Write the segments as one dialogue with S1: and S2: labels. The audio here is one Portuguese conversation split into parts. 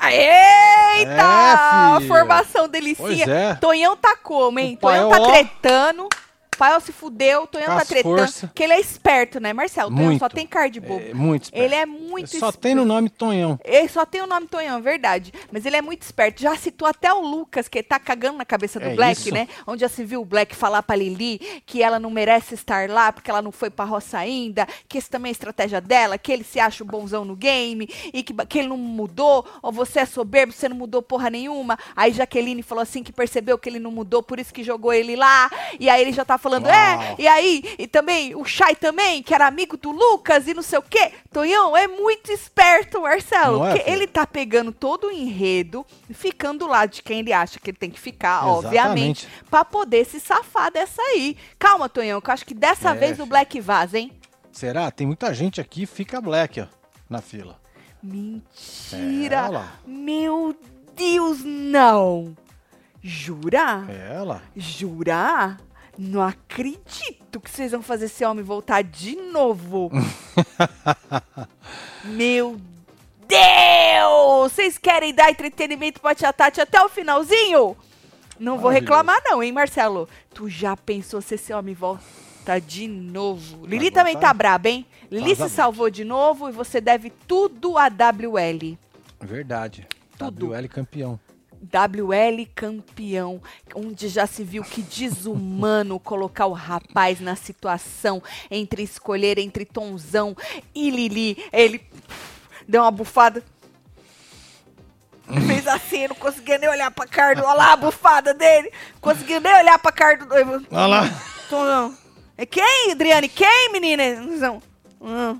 S1: Eita!
S2: É, filho.
S1: formação
S2: Pois
S1: delicinha.
S2: é.
S1: Tonhão tá como, hein?
S2: O pai
S1: Tonhão
S2: é
S1: tá
S2: ó.
S1: tretando. Paiol se fudeu, Tonhão
S2: Com
S1: tá
S2: as
S1: tretando.
S2: força.
S1: Porque ele é esperto, né, Marcelo? Tonhão só
S2: Muito.
S1: tem cara de bobo.
S2: É, muito esperto.
S1: Ele é muito
S2: Só tem no nome Tonhão.
S1: Ele só tem o nome Tonhão, é verdade. Mas ele é muito esperto. Já citou até o Lucas, que tá cagando na cabeça do
S2: É
S1: Black,
S2: isso.
S1: né? Onde já se viu o Black falar pra Lili que ela não merece estar lá porque ela não foi pra roça ainda, que esse também é a estratégia dela, que ele se acha o bonzão no game e que, ba- que ele não mudou, ou você é soberbo, você não mudou porra nenhuma. Aí Jaqueline falou assim que percebeu que ele não mudou, por isso que jogou ele lá. E aí ele já tá falando, é,
S2: Uau.
S1: e aí, e também o Chay também, que era amigo do Lucas e não sei o quê. Tonhão é muito esperto, Marcelo.
S2: Não é,
S1: porque
S2: filho?
S1: ele tá pegando todo o enredo e ficando lá de quem ele acha que ele tem que ficar, obviamente,
S2: Exatamente.
S1: pra poder se safar dessa aí. Calma, Tonhão, que eu acho que dessa
S2: É,
S1: vez o
S2: filho.
S1: Black vaza, hein?
S2: Será? Tem muita gente aqui, fica Black, ó, na fila. É,
S1: Mentira!
S2: olha lá.
S1: Meu Deus, não! Jura?
S2: É lá.
S1: Jura? Não acredito que vocês vão fazer esse homem voltar de novo. Meu Deus! Vocês querem dar entretenimento pra Tia Tati até o finalzinho? Não vou
S2: Maravilhoso.
S1: reclamar não, hein, Marcelo? Tu já pensou se esse homem volta de novo? Lili
S2: Agora
S1: também tá
S2: tá-
S1: braba, hein? Lili se
S2: braba.
S1: salvou de novo e você deve tudo a WL.
S2: Verdade.
S1: Tudo.
S2: WL campeão.
S1: WL campeão, onde já se viu que desumano colocar o rapaz na situação entre escolher entre Tonzão e Lili. Ele deu uma bufada. Fez assim, não conseguia nem olhar pra cara do. Olha lá a bufada dele. Não conseguia nem olhar pra cara do.
S2: Olha lá.
S1: Tonzão. É quem, Adriane? Quem, menina? Tonzão. Hum.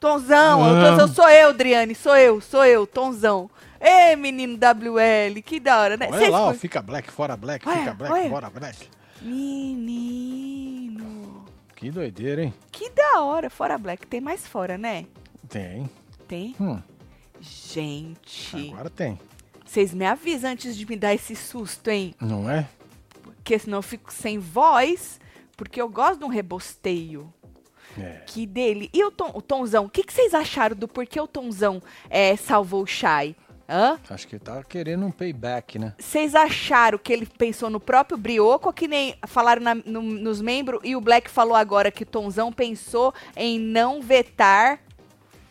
S1: Tonzão.
S2: Hum.
S1: Tonzão sou eu, Adriane. Sou eu, sou eu, Tonzão. Ei, menino WL, que da hora, né?
S2: Olha
S1: Vocês
S2: lá, ó,
S1: conhe-
S2: fica Black, fora Black,
S1: Olha,
S2: fica Black,
S1: olha.
S2: fora Black.
S1: Menino.
S2: Que doideira, hein?
S1: Que da hora, fora Black. Tem mais fora, né?
S2: Tem.
S1: Tem?
S2: Hum,
S1: Gente.
S2: agora tem.
S1: Vocês me avisam antes de me dar esse susto, hein?
S2: Não é?
S1: Porque senão eu fico sem voz, porque eu gosto de um rebosteio.
S2: É.
S1: Que dele. E o, Tom, o Tonzão? O que, que vocês acharam do porquê o Tonzão é, salvou o Shai? Hã?
S2: Acho que ele tá querendo um payback, né?
S1: Vocês acharam que ele pensou no próprio Brioco, ou que nem falaram na- no- nos membros, e o Black falou agora que o Tonzão pensou em não vetar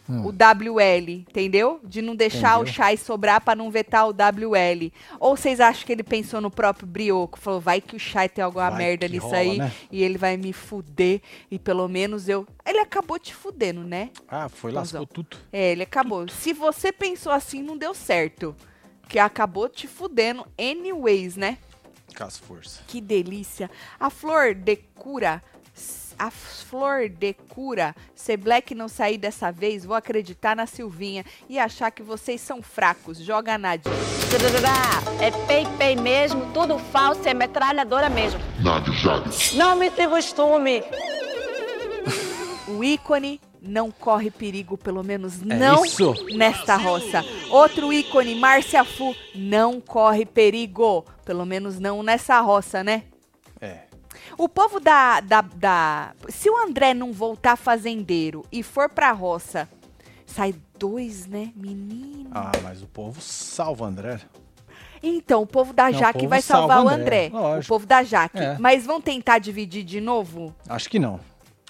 S2: Hum.
S1: o WL, entendeu? De não deixar o
S2: Entendeu.
S1: Shai sobrar pra não vetar o WL. Ou vocês acham que ele pensou no próprio Brioco? Falou, vai que o Shai tem alguma
S2: Vai
S1: merda
S2: que
S1: nisso
S2: rola,
S1: aí,
S2: né?
S1: e ele vai me fuder, e pelo menos eu... Ele acabou te fudendo, né?
S2: Ah, foi,
S1: Razão.
S2: lascou tudo.
S1: É, ele acabou. Se você pensou assim, não deu certo. Que acabou te fudendo, anyways, né?
S2: Com as forças.
S1: Que delícia. A flor de cura. A flor de cura. Se Black não sair dessa vez, vou acreditar na Silvinha e achar que vocês são fracos. Joga na de-
S3: Trará, É pei-pei mesmo, tudo falso, é metralhadora mesmo.
S4: Nádio Chaves.
S3: Não me tem costume.
S1: O ícone não corre perigo, pelo menos
S2: É
S1: não
S2: isso.
S1: nesta roça. Outro ícone, Márcia Fu, não corre perigo, pelo menos não nessa roça, né?
S2: É.
S1: O povo da, da, da- Se o André não voltar fazendeiro e for pra roça, sai dois, né? Menino.
S2: Ah, mas o povo salva, André.
S1: Então, o povo da
S2: Não, o
S1: Jaque
S2: povo
S1: vai salvar
S2: salva
S1: o André.
S2: André, lógico.
S1: O povo da Jaque.
S2: É.
S1: Mas vão tentar dividir de novo?
S2: Acho que não.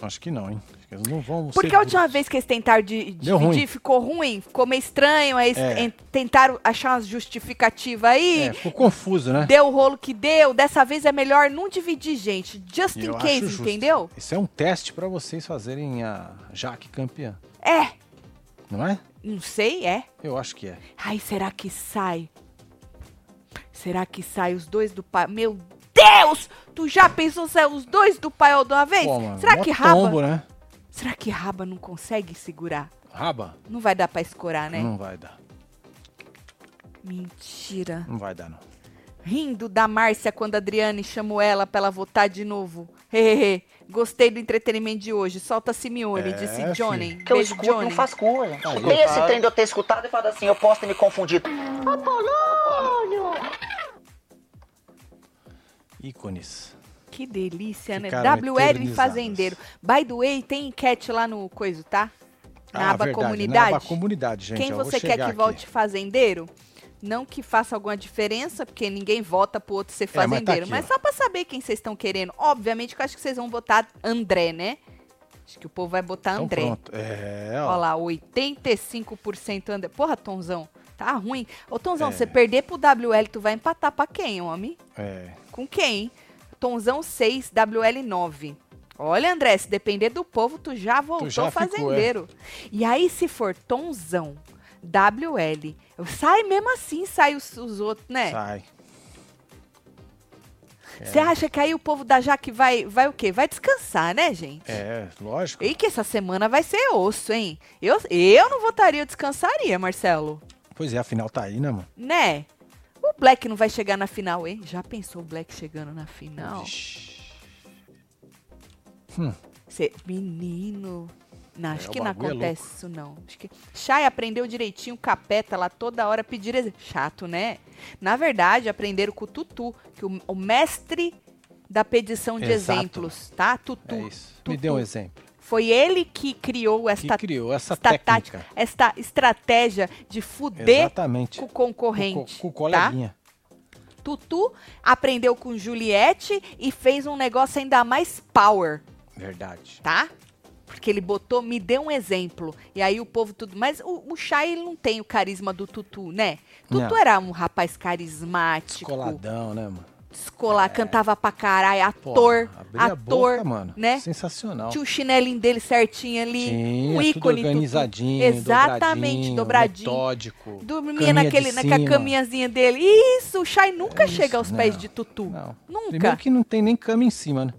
S2: Acho que não, hein? Acho que eles não vão
S1: Porque
S2: ser
S1: a última vez que é eles tentaram de, dividir,
S2: Deu ruim.
S1: ficou ruim, ficou meio estranho. Aí eles
S2: É.
S1: en- tentaram achar uma justificativa aí.
S2: É, ficou confuso, né?
S1: Deu o rolo que deu. Dessa vez é melhor não dividir, gente. Just
S2: E
S1: in
S2: eu acho
S1: case,
S2: justo.
S1: entendeu?
S2: Isso é um teste pra vocês fazerem a Jaque campeã,
S1: É.
S2: não é?
S1: Não sei, é.
S2: Eu acho que é.
S1: Ai, será que sai? Será que sai os dois do pai? Meu Deus! Tu já pensou sair os dois do paiol de uma vez?
S2: Pô, mano,
S1: É, será
S2: mó
S1: que raba?
S2: tombo, né?
S1: Será que raba não consegue segurar?
S2: Raba?
S1: Não vai dar pra escorar, né?
S2: Não vai dar.
S1: Mentira.
S2: Não vai dar, não.
S1: Rindo da Márcia quando a Adriane chamou ela pra ela votar de novo. Hehehe. Gostei do entretenimento de hoje. Solta Simeone,
S2: É,
S1: disse
S2: filho.
S1: Johnny.
S5: que eu
S1: Beijo,
S5: escuto
S1: Johnny.
S5: não faz coisa.
S2: Aí,
S5: Tem esse
S2: cara.
S5: trem de eu ter escutado e falado assim, eu posso ter me confundido.
S2: Ícones.
S1: Que delícia, né?
S2: Ficaram
S1: WL e
S2: eternizadas.
S1: Fazendeiro. By the way, tem enquete lá no coisa, tá? Na
S2: Ah,
S1: aba
S2: verdade,
S1: comunidade.
S2: Na aba comunidade, gente.
S1: Quem
S2: eu vou
S1: você quer
S2: chegar
S1: que
S2: aqui.
S1: volte fazendeiro? Não que faça alguma diferença, porque ninguém vota pro outro ser
S2: mas tá
S1: fazendeiro. mas,
S2: aqui, ó.
S1: só pra saber quem vocês estão querendo. Obviamente que eu acho que vocês vão votar André, né? Acho que o povo vai botar
S2: Então
S1: André.
S2: pronto. É, ó.
S1: Olha lá, 85% André. Porra, Tonzão, tá ruim. Ô, Tonzão,
S2: É.
S1: você perder pro WL, tu vai empatar pra quem, homem?
S2: É.
S1: Com quem? Tonzão 6, WL 9. Olha, André, se depender do povo, tu já voltou
S2: já ficou, é.
S1: fazendeiro. E aí, se for Tonzão, WL. Sai mesmo assim, sai os, os outros, né?
S2: Sai. é.
S1: Você acha que aí o povo da Jaque vai, vai o quê? Vai descansar, né, gente?
S2: É, lógico.
S1: E que essa semana vai ser osso, hein? Eu, eu não votaria, eu descansaria, Marcelo.
S2: Pois é, afinal tá aí, né, mano?
S1: Né? O Black não vai chegar na final, hein? Já pensou o Black chegando na final?
S2: Vixe.
S1: Cê- menino. Não, acho
S2: o
S1: que não
S2: bagulho Hum. é
S1: acontece isso, não. Acho que... Chay aprendeu direitinho o capeta lá toda hora pedir. ex- Chato, né? Na verdade, aprenderam com o Tutu, que o, o mestre da pedição de
S2: Exato.
S1: exemplos, tá? Tutu.
S2: É isso.
S1: tu,
S2: Me dê um
S1: tu.
S2: exemplo.
S1: Foi ele que criou
S2: Que
S1: esta,
S2: criou essa
S1: esta
S2: técnica.
S1: tática, esta estratégia de fuder
S2: Exatamente.
S1: com o
S2: com,
S1: concorrente.
S2: com o
S1: tá?
S2: coleguinha.
S1: Tutu aprendeu com Juliette e fez um negócio ainda mais power,
S2: Verdade.
S1: tá? Porque ele botou, me deu um exemplo. E aí o povo tudo. Mas o, o Chay ele não tem o carisma do Tutu, né? Tutu
S2: Não.
S1: era um rapaz carismático.
S2: Descoladão, né, mano?
S1: Descolar, cantava pra caralho,
S2: Pô,
S1: ator,
S2: abria a
S1: ator,
S2: boca, mano.
S1: né?
S2: Sensacional.
S1: Tinha o chinelinho dele certinho ali.
S2: Tinha,
S1: um
S2: é tudo
S1: ícone. Tutu.
S2: organizadinho,
S1: Exatamente, dobradinho.
S2: metódico.
S1: Dormia
S2: caminha
S1: naquele,
S2: de
S1: naquela
S2: cima.
S1: caminhazinha dele. Isso, o Chay nunca
S2: É
S1: chega
S2: isso,
S1: aos pés
S2: não,
S1: de Tutu.
S2: Não.
S1: Nunca.
S2: Primeiro que não tem nem cama em cima, né?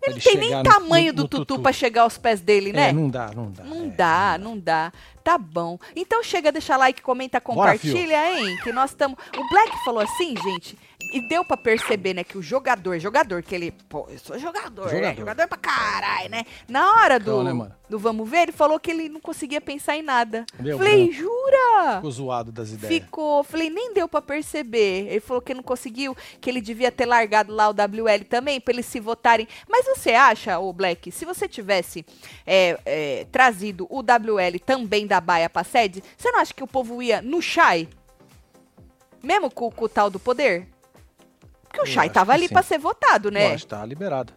S2: Pra
S1: Não tem
S2: chegar
S1: nem
S2: no-
S1: tamanho
S2: no-
S1: do
S2: no
S1: tutu, pra chegar aos pés dele, né?
S2: É,
S1: não
S2: não dá, não dá. é.
S1: dá, não dá. Tá bom. Então chega, deixa like, comenta, compartilha, hein? Que nós estamos. O Black falou assim, gente, e deu pra perceber, né, que o jogador, jogador, que ele. Pô, eu sou jogador, jogador, né?
S2: Jogador.
S1: jogador pra caralho, né? Na hora do,
S2: Cão, né, mano?
S1: do Vamos Ver, ele falou que ele não conseguia pensar em nada.
S2: Deu
S1: Falei,
S2: branco.
S1: jura?
S2: Ficou zoado das ideias.
S1: Ficou, falei, nem deu pra perceber. Ele falou que não conseguiu, que ele devia ter largado lá o WL também, pra eles se votarem. Mas você acha, ô Black, se você tivesse é, é, trazido o WL também da Baia pra sede, você não acha que o povo ia no Chai? Mesmo com, com o tal do poder? Porque o
S2: Eu
S1: Chai
S2: acho
S1: tava
S2: que
S1: ali
S2: sim.
S1: pra ser votado, né?
S2: Lógico, tá liberado.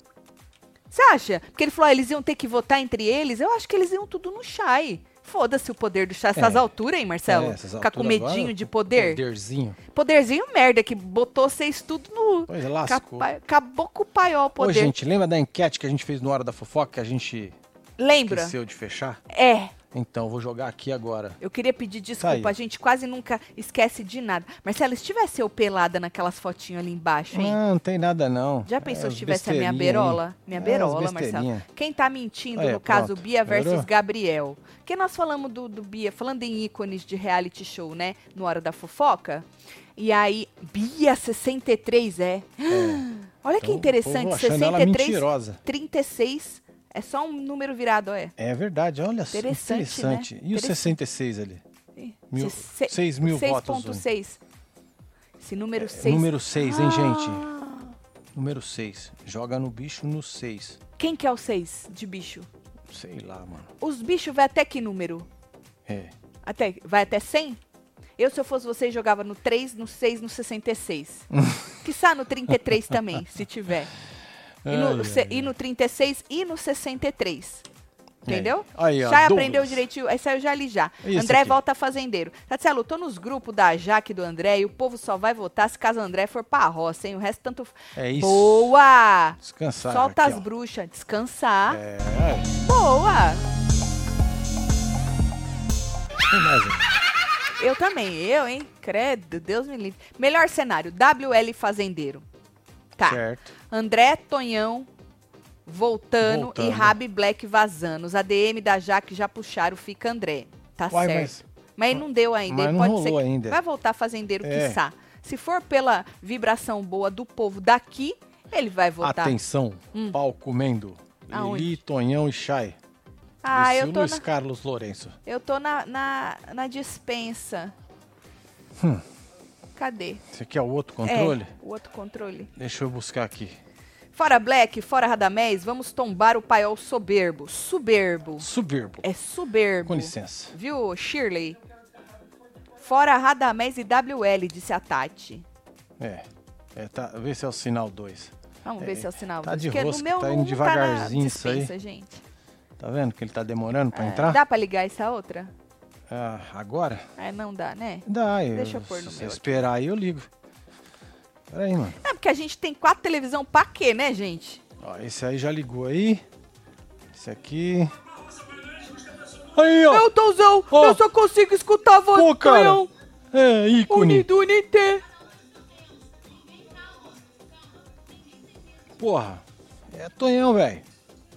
S1: Você acha? Porque ele falou, ah, eles iam ter que votar entre eles. Eu acho que eles iam tudo no Chai. Foda-se o poder do Chai. Essas
S2: É.
S1: alturas, hein, Marcelo?
S2: É, essas
S1: Ficar com
S2: alturas agora,
S1: medinho de poder.
S2: Poderzinho.
S1: Poderzinho merda que botou vocês tudo no.
S2: Pois é, lascou.
S1: Capa... Acabou com o paiol o
S2: Ô,
S1: poder.
S2: gente, lembra da enquete que a gente fez no Hora da Fofoca que a gente
S1: Lembra?
S2: esqueceu de fechar?
S1: É.
S2: Então, eu vou jogar aqui agora.
S1: Eu queria pedir desculpa,
S2: Saiu.
S1: a gente quase nunca esquece de nada. Marcelo, se tivesse eu pelada naquelas fotinhas ali embaixo, hein?
S2: Não, não tem nada, não.
S1: Já pensou
S2: É,
S1: se tivesse a minha
S2: besteirinha,
S1: berola?
S2: hein?
S1: Minha
S2: É,
S1: berola,
S2: as
S1: Marcelo.
S2: besteirinha.
S1: Quem tá mentindo,
S2: Aí,
S1: no
S2: pronto.
S1: caso, Bia versus
S2: Melhorou?
S1: Gabriel. Porque nós falamos do, do Bia, falando em ícones de reality show, né? No Hora da Fofoca. E aí, Bia 63 é. Olha que
S2: Então, o
S1: interessante,
S2: povo achando ela
S1: 63
S2: mentirosa.
S1: 36 é só um número virado, ó, é.
S2: É verdade, olha só.
S1: Interessante,
S2: Interessante.
S1: né?
S2: E o
S1: Interessante.
S2: 66 ali? Mil-
S1: Se-
S2: seis mil votos, né? É,
S1: 6.6. Esse número 6.
S2: Número 6,
S1: Ah.
S2: hein, gente? Número 6. Joga no bicho no 6.
S1: Quem que é o 6 de bicho?
S2: Sei lá, mano.
S1: Os bichos vai até que número?
S2: É.
S1: Até, vai até 100? Eu, se eu fosse você, jogava no 3, no 6, no 66. Quiçá no 33 também, se tiver. E
S2: Ai,
S1: no,
S2: ai, É.
S1: se- e no 36 e no 63. Entendeu?
S2: Aí, ó,
S1: já
S2: Douglas.
S1: aprendeu direitinho. Essa eu já li já.
S2: Isso
S1: André
S2: aqui.
S1: volta fazendeiro. Tatielo, tô nos grupos da Jaque e do André e o povo só vai votar se caso André for pra roça, hein? O resto tanto.
S2: É isso.
S1: Boa!
S2: Descansar.
S1: Solta
S2: aqui,
S1: as
S2: ó.
S1: bruxas, descansar.
S2: É. Tem
S1: Boa!
S2: mais, um. hein?
S1: Eu também, eu, hein? Credo, Deus me livre. Melhor cenário, WL Fazendeiro. Tá.
S2: Certo.
S1: André, Tonhão, voltando, e
S2: Voltando.
S1: Rabi Black vazando. Os ADM da Jaque já puxaram, fica André. Tá
S2: Uai,
S1: certo.
S2: mas
S1: Mas não deu ainda.
S2: mas
S1: ele
S2: não
S1: pode
S2: rolou
S1: ser que
S2: ainda.
S1: Vai voltar fazendeiro,
S2: É.
S1: quiçá. Se for pela vibração boa do povo daqui, ele vai voltar.
S2: atenção. Pau comendo.
S1: Hum. Aonde?
S2: Lili, Tonhão e Chay.
S1: Ah,
S2: Esse
S1: eu tô,
S2: Luiz
S1: na,
S2: Carlos Lourenço.
S1: eu tô na, na, na dispensa. Cadê?
S2: Esse aqui é o outro Hum. controle?
S1: É, o outro controle.
S2: Deixa eu buscar aqui.
S1: Fora Black, fora Radamés, vamos tombar o paiol soberbo. Soberbo.
S2: Subirbo.
S1: É soberbo.
S2: Com licença.
S1: Viu, Shirley? Fora Radamés e WL, disse a Tati.
S2: É. é tá, vê se é o sinal 2.
S1: Vamos ver
S2: É,
S1: se é o sinal.
S2: tá de
S1: Porque
S2: rosca,
S1: no meu
S2: tá indo
S1: não
S2: devagarzinho
S1: na
S2: isso aí.
S1: dispensa, gente.
S2: Tá vendo que ele tá demorando pra
S1: É,
S2: entrar?
S1: Dá pra ligar essa outra?
S2: Ah, agora?
S1: É, não dá, né?
S2: Dá, eu,
S1: Deixa eu pôr no
S2: se
S1: meu
S2: eu
S1: aqui.
S2: esperar aí, eu ligo. Pera aí, mano.
S1: É porque a gente tem quatro televisão pra quê, né, gente?
S2: Ó, esse aí já ligou aí. Esse aqui. Aí, ó.
S1: Eltonzão,
S2: Ó.
S1: eu só consigo escutar você.
S2: Pô, cara. É, ícone.
S1: Unido, unite.
S2: Porra. É Tonhão, velho.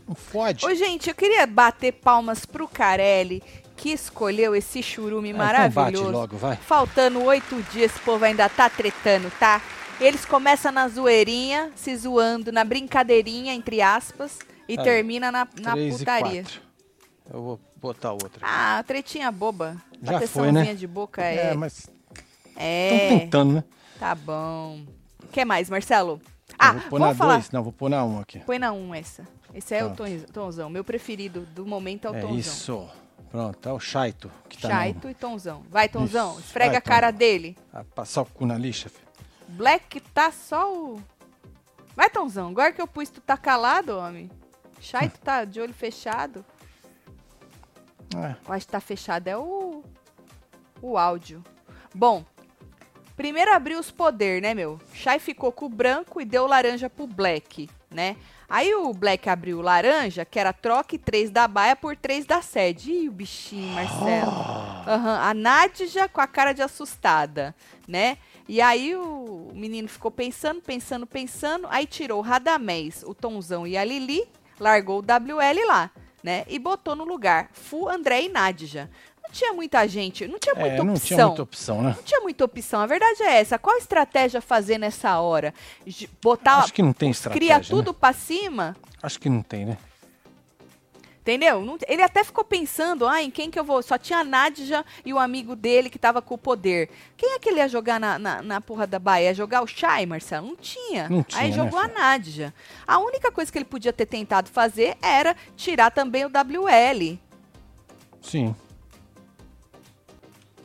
S2: Não fode.
S1: Ô, gente, eu queria bater palmas pro Carelli, que escolheu esse churume
S2: Ah, então
S1: maravilhoso.
S2: bate logo, vai.
S1: Faltando oito dias, esse povo ainda tá tretando, tá? Eles começam na zoeirinha, se zoando, na brincadeirinha, entre aspas, e
S2: Aí,
S1: termina na, na
S2: É. Três e
S1: putaria.
S2: quatro. Eu vou botar outra.
S1: Ah, tretinha boba.
S2: Já foi,
S1: Bateçãozinha
S2: né?
S1: de boca é.
S2: É, mas estão
S1: É,
S2: tentando, né?
S1: tá bom. Quer mais, Marcelo?
S2: Eu
S1: Ah,
S2: vou pôr na
S1: vamos falar.
S2: dois? Não, vou pôr na um aqui.
S1: Põe na um essa. Esse é o
S2: Pronto.
S1: ton- Tonzão. Meu preferido do momento é o
S2: é
S1: Tonzão.
S2: isso. Pronto, é o Chaito que tá
S1: Chaito e Tonzão. Vai, Tonzão,
S2: Isso,
S1: esfrega
S2: vai,
S1: a cara
S2: Tonzão.
S1: dele.
S2: no- a passar o cu na lixa, filho.
S1: Black tá só o. Vai, Tonzão, agora que eu pus, tu tá calado, homem. Chaito tá de olho fechado.
S2: É.
S1: Eu acho que tá fechado é o. O áudio. Bom, primeiro abriu os poder, né, meu? Shai ficou com o branco e deu laranja pro Black, né? Aí o Black abriu o laranja, que era troque 3 da baia por 3 da sede. Ih, o bichinho, Marcelo.
S2: Ah.
S1: Aham, A Nádia com a cara de assustada, né? E aí o menino ficou pensando, pensando, pensando. Aí tirou o Radamés, o Tonzão e a Lili, largou o WL lá, né? E botou no lugar Fu, André e Nádia. Não tinha muita gente, não tinha muita
S2: É, não
S1: opção.
S2: tinha muita opção, né?
S1: Não tinha muita opção. A verdade é essa. Qual estratégia fazer nessa hora? J- Botar.
S2: Acho que não tem estratégia.
S1: Cria tudo
S2: Né?
S1: pra cima?
S2: Acho que não tem, né?
S1: Entendeu? Não- ele até ficou pensando, ah, em quem que eu vou? Só tinha a Nádia e o amigo dele que tava com o poder. Quem é que ele ia jogar na, na, na porra da Bahia? Ia jogar o Shai, Marcelo? Não tinha.
S2: Não tinha,
S1: Aí
S2: né,
S1: jogou a
S2: filho?
S1: Nádia. A única coisa que ele podia ter tentado fazer era tirar também o WL.
S2: Sim.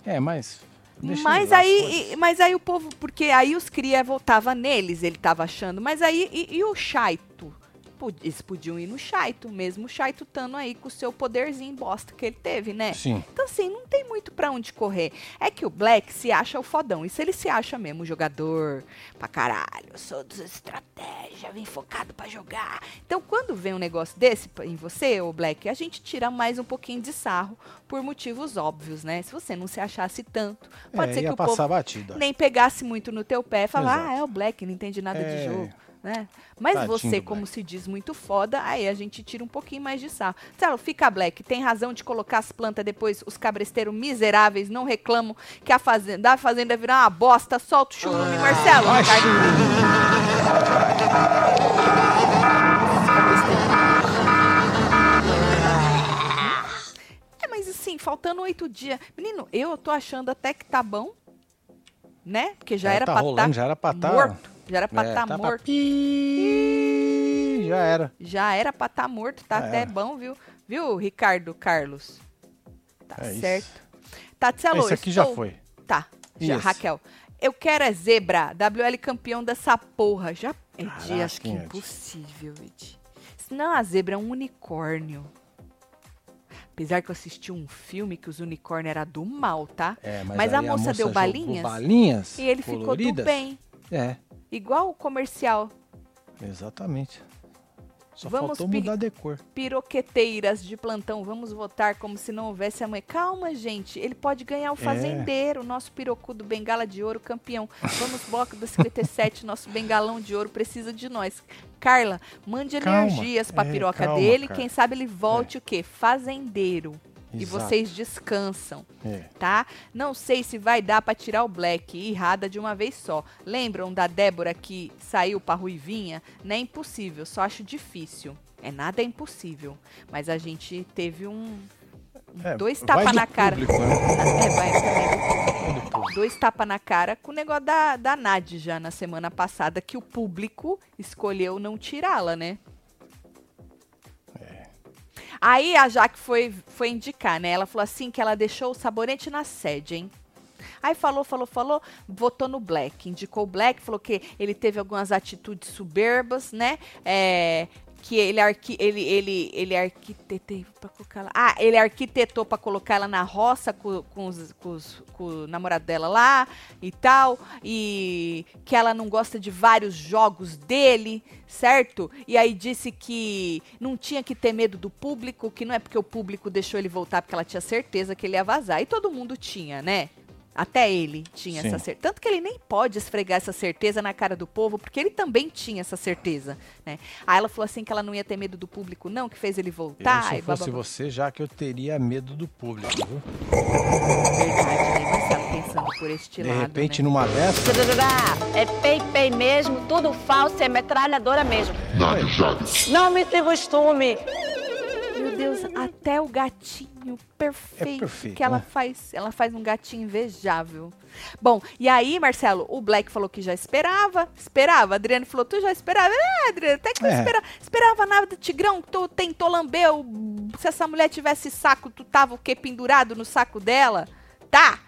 S2: É, mas. deixa
S1: mas
S2: ele lá,
S1: aí, e- mas aí o povo, porque aí os cria voltava neles, ele tava achando. Mas aí, e, e o Chaito? Pod- Eles podiam ir no Chaito, mesmo o Chaito estando aí com o seu poderzinho bosta que ele teve, né?
S2: foda-se. Sim.
S1: Então, assim, não tem muito pra onde correr. É que o Black se acha o fodão. Isso ele se acha mesmo, um jogador pra caralho. Eu sou dos estratégia, vim focado pra jogar. Então, quando vem um negócio desse p- em você, o Black, a gente tira mais um pouquinho de sarro por motivos óbvios, né? Se você não se achasse tanto, pode
S2: é,
S1: ser que
S2: ia
S1: o
S2: passar
S1: povo
S2: batida.
S1: nem pegasse muito no teu pé e falar,
S2: Exato.
S1: ah, é o Black, não entende nada de
S2: É.
S1: jogo. Né? Mas
S2: Tadinho
S1: você,
S2: do
S1: como
S2: Black.
S1: se diz muito foda, aí a gente tira um pouquinho mais de sarro. Marcelo, fica Black, tem razão de colocar as plantas depois, os cabresteiros miseráveis não reclamam que a fazenda, a fazenda é virar uma bosta, solta o churume, Marcelo.
S2: Vai,
S1: Ricardo. É, mas assim, faltando oito dias. Menino, eu tô achando até que tá bom, né? Porque já
S2: É,
S1: era
S2: tá
S1: pra
S2: rolando,
S1: tá
S2: já era pra tá-
S1: morto. Já era pra
S2: É,
S1: tá,
S2: tá pra
S1: morto.
S2: Ih, já era.
S1: Já era pra tá morto, tá
S2: Já
S1: até
S2: era.
S1: bom, viu? Viu, Ricardo Carlos? Tá
S2: É isso.
S1: certo. Tatielo,
S2: Esse aqui já
S1: estou...
S2: foi.
S1: Tá, já,
S2: Isso.
S1: Raquel. Eu quero é zebra, WL campeão dessa porra. Já, Edi,
S2: Caraca,
S1: acho que é
S2: hein, Edi?
S1: impossível, Edi. Senão a zebra é um unicórnio. Apesar que eu assisti um filme que os unicórnios era do mal, tá?
S2: É, mas
S1: Mas a
S2: aí
S1: moça deu
S2: jogou
S1: balinhas
S2: balinhas
S1: E ele ficou do
S2: coloridas.
S1: bem.
S2: É,
S1: Igual o comercial
S2: exatamente. Só
S1: Vamos
S2: faltou
S1: pe-
S2: mudar a decor.
S1: piroqueteiras de plantão, vamos votar como se não houvesse amanhã. Calma, gente, ele pode ganhar
S2: É.
S1: o fazendeiro, nosso pirocudo bengala de ouro campeão. Vamos, bloco do 57, nosso bengalão de ouro precisa de nós. Carla, mande
S2: Calma,
S1: energias pra
S2: é,
S1: piroca
S2: calma,
S1: dele,
S2: cara. É.
S1: quem sabe ele volte o quê? Fazendeiro. E
S2: Exato.
S1: vocês descansam,
S2: É.
S1: tá? Não sei se vai dar pra tirar o Black e Rada de uma vez só. Lembram da Débora que saiu pra Ruivinha? Não é impossível, só acho difícil. É nada é impossível. Mas a gente teve um.
S2: É,
S1: Dois
S2: vai
S1: tapas
S2: do
S1: na cara.
S2: público, né?
S1: É, vai, dois tapas na cara com o negócio da, da Nadja na semana passada, que o público escolheu não tirá-la, né? Aí a Jaque foi, foi indicar, né? Ela falou assim que ela deixou o sabonete na sede, hein? Aí falou, falou, falou, votou no Black. Indicou o Black, falou que ele teve algumas atitudes soberbas, né? É, que ele, arqui, ele, ele, ele arquitetei pra colocar ela. Ah, ele arquitetou pra colocar ela na roça com, com, os, com, os- com o namorado dela lá e tal. E que ela não gosta de vários jogos dele, certo? E aí disse que não tinha que ter medo do público, que não é porque o público deixou ele voltar, porque ela tinha certeza que ele ia vazar. E todo mundo tinha, né? Até ele tinha
S2: Sim.
S1: essa certeza. Tanto que ele nem pode esfregar essa certeza na cara do povo, porque ele também tinha essa certeza, né? Aí ela falou assim que ela não ia ter medo do público, não, que fez ele voltar.
S2: eu, se
S1: e
S2: eu fosse
S1: blá, blá, blá.
S2: você, já que eu teria medo do público, viu?
S1: Verdade, né, Marcelo? Pensando por este
S2: De
S1: lado,
S2: repente,
S1: né?
S2: numa dessa.
S3: É pei-pei mesmo, tudo falso, é metralhadora mesmo. Não me tem costume.
S1: Meu Deus, até o gatinho perfeito,
S2: perfeito,
S1: que ela
S2: né?
S1: faz, ela faz um gatinho invejável. Bom, e aí, Marcelo, o Black falou que já esperava, esperava. Adriano falou, tu já esperava? É, Adriano, até que não
S2: É.
S1: esperava, esperava nada, Tigrão, tu tentou lamber, o- se essa mulher tivesse saco, tu tava o quê, pendurado no saco dela? Tá!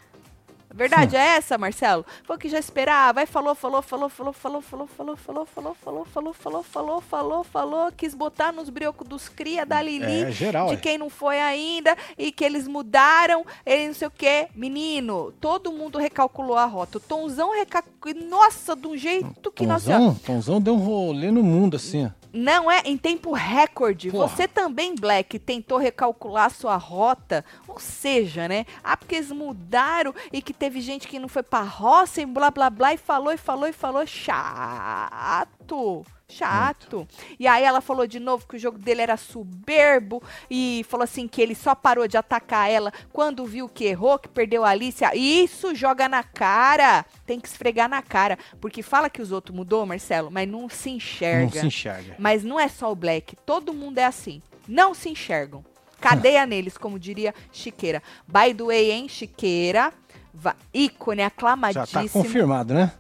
S1: A Verdade
S2: Hum.
S1: é essa, Marcelo? Foi que já esperava. Aí falou, falou, falou, falou, falou, falou, falou, falou, falou, falou, falou, falou, falou, falou, falou, quis botar nos briocos dos cria da Lili
S2: É geral,
S1: de
S2: é.
S1: quem não foi ainda e que eles mudaram, ele não sei o quê. Menino, todo mundo recalculou a rota. O Tonzão recalculou. Nossa, de um jeito que nós.
S2: Tonzão, Tonzão deu um rolê no mundo, assim. ó.
S1: Não é em tempo recorde.
S2: Porra.
S1: Você também, Black, tentou recalcular a sua rota. Ou seja, né? Ah, porque eles mudaram e que teve gente que não foi pra roça e blá blá blá e falou e falou e falou. Chato. Chato. E aí ela falou de novo que o jogo dele era soberbo e falou assim que ele só parou de atacar ela quando viu que errou, que perdeu a Alicia. Isso joga na cara. Tem que esfregar na cara. Porque fala que os outros mudou, Marcelo, mas não se enxerga.
S2: Não se enxerga.
S1: Mas não é só o Black, todo mundo é assim. Não se enxergam. Cadeia neles, como diria Chiqueira. By the way, hein, Chiqueira? Va- ícone,
S2: Já
S1: aclamadíssimo.
S2: tá confirmado, né?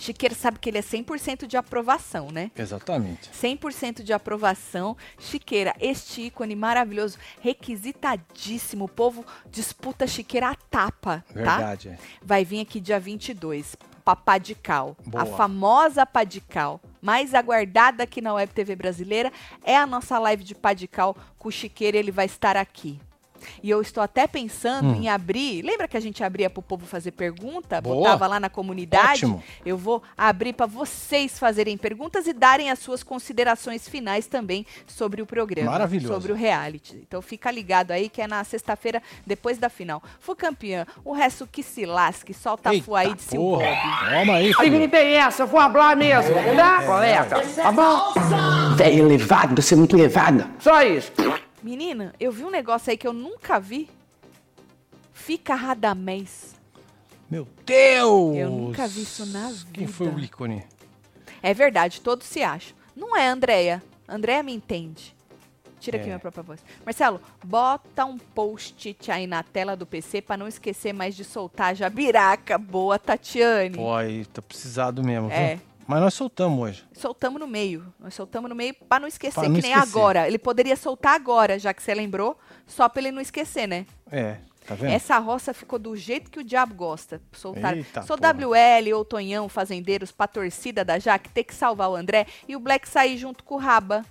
S1: Chiqueira sabe que ele é 100% de aprovação, né?
S2: Exatamente.
S1: 100% de aprovação. Chiqueira, este ícone maravilhoso, requisitadíssimo. O povo disputa Chiqueira a tapa, tá?
S2: Verdade. é.
S1: vai vir aqui dia 22, Papá de Cal.
S2: Boa.
S1: A famosa Pá de Cal, mais aguardada aqui na Web TV brasileira, é a nossa live de Pá de Cal com o Chiqueira, ele vai estar aqui. E eu estou até pensando em abrir. Lembra que a gente abria pro povo fazer pergunta?
S2: Hum. Boa.
S1: Botava lá na comunidade.
S2: Ótimo.
S1: Eu vou abrir para vocês fazerem perguntas e darem as suas considerações finais também sobre o programa.
S2: Maravilhoso.
S1: Sobre o reality. Então fica ligado aí que é na sexta-feira, depois da final. Fui campeã, o resto que se lasque, solta a
S2: Eita,
S1: fuá aí Tá de seu
S2: porra.
S1: Bob.
S2: Toma aí, filho.
S4: experiência, é eu vou falar mesmo, tá, colega? Tá bom?
S6: É. Você é elevado, você é muito elevada.
S4: Só isso.
S1: Menina, eu vi um negócio aí que eu nunca vi. Fica Radamés.
S2: Meu Deus!
S1: Eu nunca vi isso na
S2: Quem
S1: vida.
S2: foi o ícone?
S1: É verdade, todos se acham. Não é Andréia. Andréia me entende. Tira aqui
S2: É.
S1: minha própria voz. Marcelo, bota um post-it aí na tela do PC pra não esquecer mais de soltar a jabiraca. Boa, Tatiane.
S2: Pô, aí tá precisado mesmo,
S1: É.
S2: viu? Mas nós soltamos hoje.
S1: Soltamos no meio. Nós soltamos no meio pra não esquecer,
S2: Pra não
S1: que nem
S2: esquecer.
S1: agora. Ele poderia soltar agora, já que você lembrou, só pra ele não esquecer, né?
S2: É, tá vendo?
S1: Essa roça ficou do jeito que o diabo gosta. Soltaram.
S2: Eita,
S1: Sou
S2: porra.
S1: WL ou Tonhão, fazendeiros, pra torcida da Jaque, ter que salvar o André e o Black sair junto com o Raba.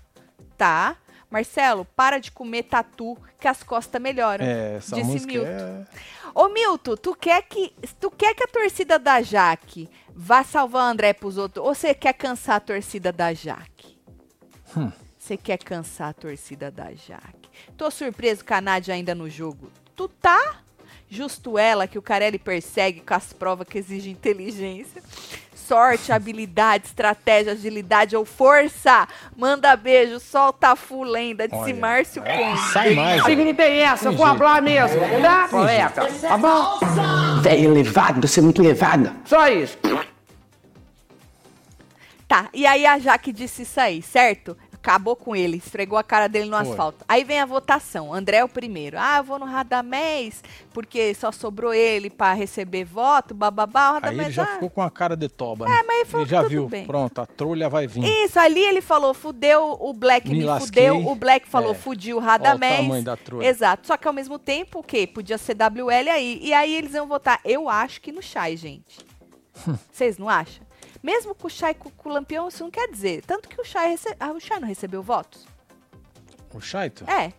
S1: Tá? Marcelo, para de comer tatu, que as costas melhoram.
S2: É, essa
S1: Disse
S2: música
S1: Milton.
S2: é...
S1: Ô Milton, tu quer que tu quer que a torcida da Jaque vá salvar o André pros outros? Ou você quer cansar a torcida da Jaque? Você quer cansar a torcida da Jaque? Tô surpreso com a Nádia ainda no jogo. Tu tá? Justo ela que o Carelli persegue com as provas que exigem inteligência. Sorte, habilidade, estratégia, agilidade ou força. Manda beijo, solta a fulenda, disse
S2: Olha,
S1: Márcio Conde.
S2: Sai mais. ó.
S4: Não tem é essa, eu vou falar mesmo,
S6: É.
S4: tá, colega? Tá bom?
S6: Você é elevado, você é muito elevada.
S4: Só isso.
S1: Tá, e aí a Jaque disse isso aí, certo? Acabou com ele, esfregou a cara dele no
S2: Foi.
S1: asfalto. Aí vem a votação. André é o primeiro. Ah, eu vou no Radamés, porque só sobrou ele pra receber voto, bababá. O
S2: Aí
S1: Radamés,
S2: ele já
S1: ah,
S2: ficou com a cara de toba, né?
S1: É, mas ele falou
S2: já
S1: que tudo
S2: viu,
S1: bem.
S2: pronto, a trolha vai vir.
S1: Isso, ali ele falou, fudeu o Black,
S2: Me
S1: me,
S2: lasquei.
S1: fudeu. O Black falou,
S2: É.
S1: fudiu o
S2: Olha
S1: Radamés.
S2: o tamanho da trolha.
S1: Exato. Só que ao mesmo tempo, o quê? Podia ser WL aí. E aí eles iam votar, eu acho que no Chai, gente. Vocês não acham? Mesmo com o Chai com, com o Lampião, isso não quer dizer. Tanto que o Chai, rece... ah, o Chai não recebeu votos.
S2: O Chaito?
S1: É,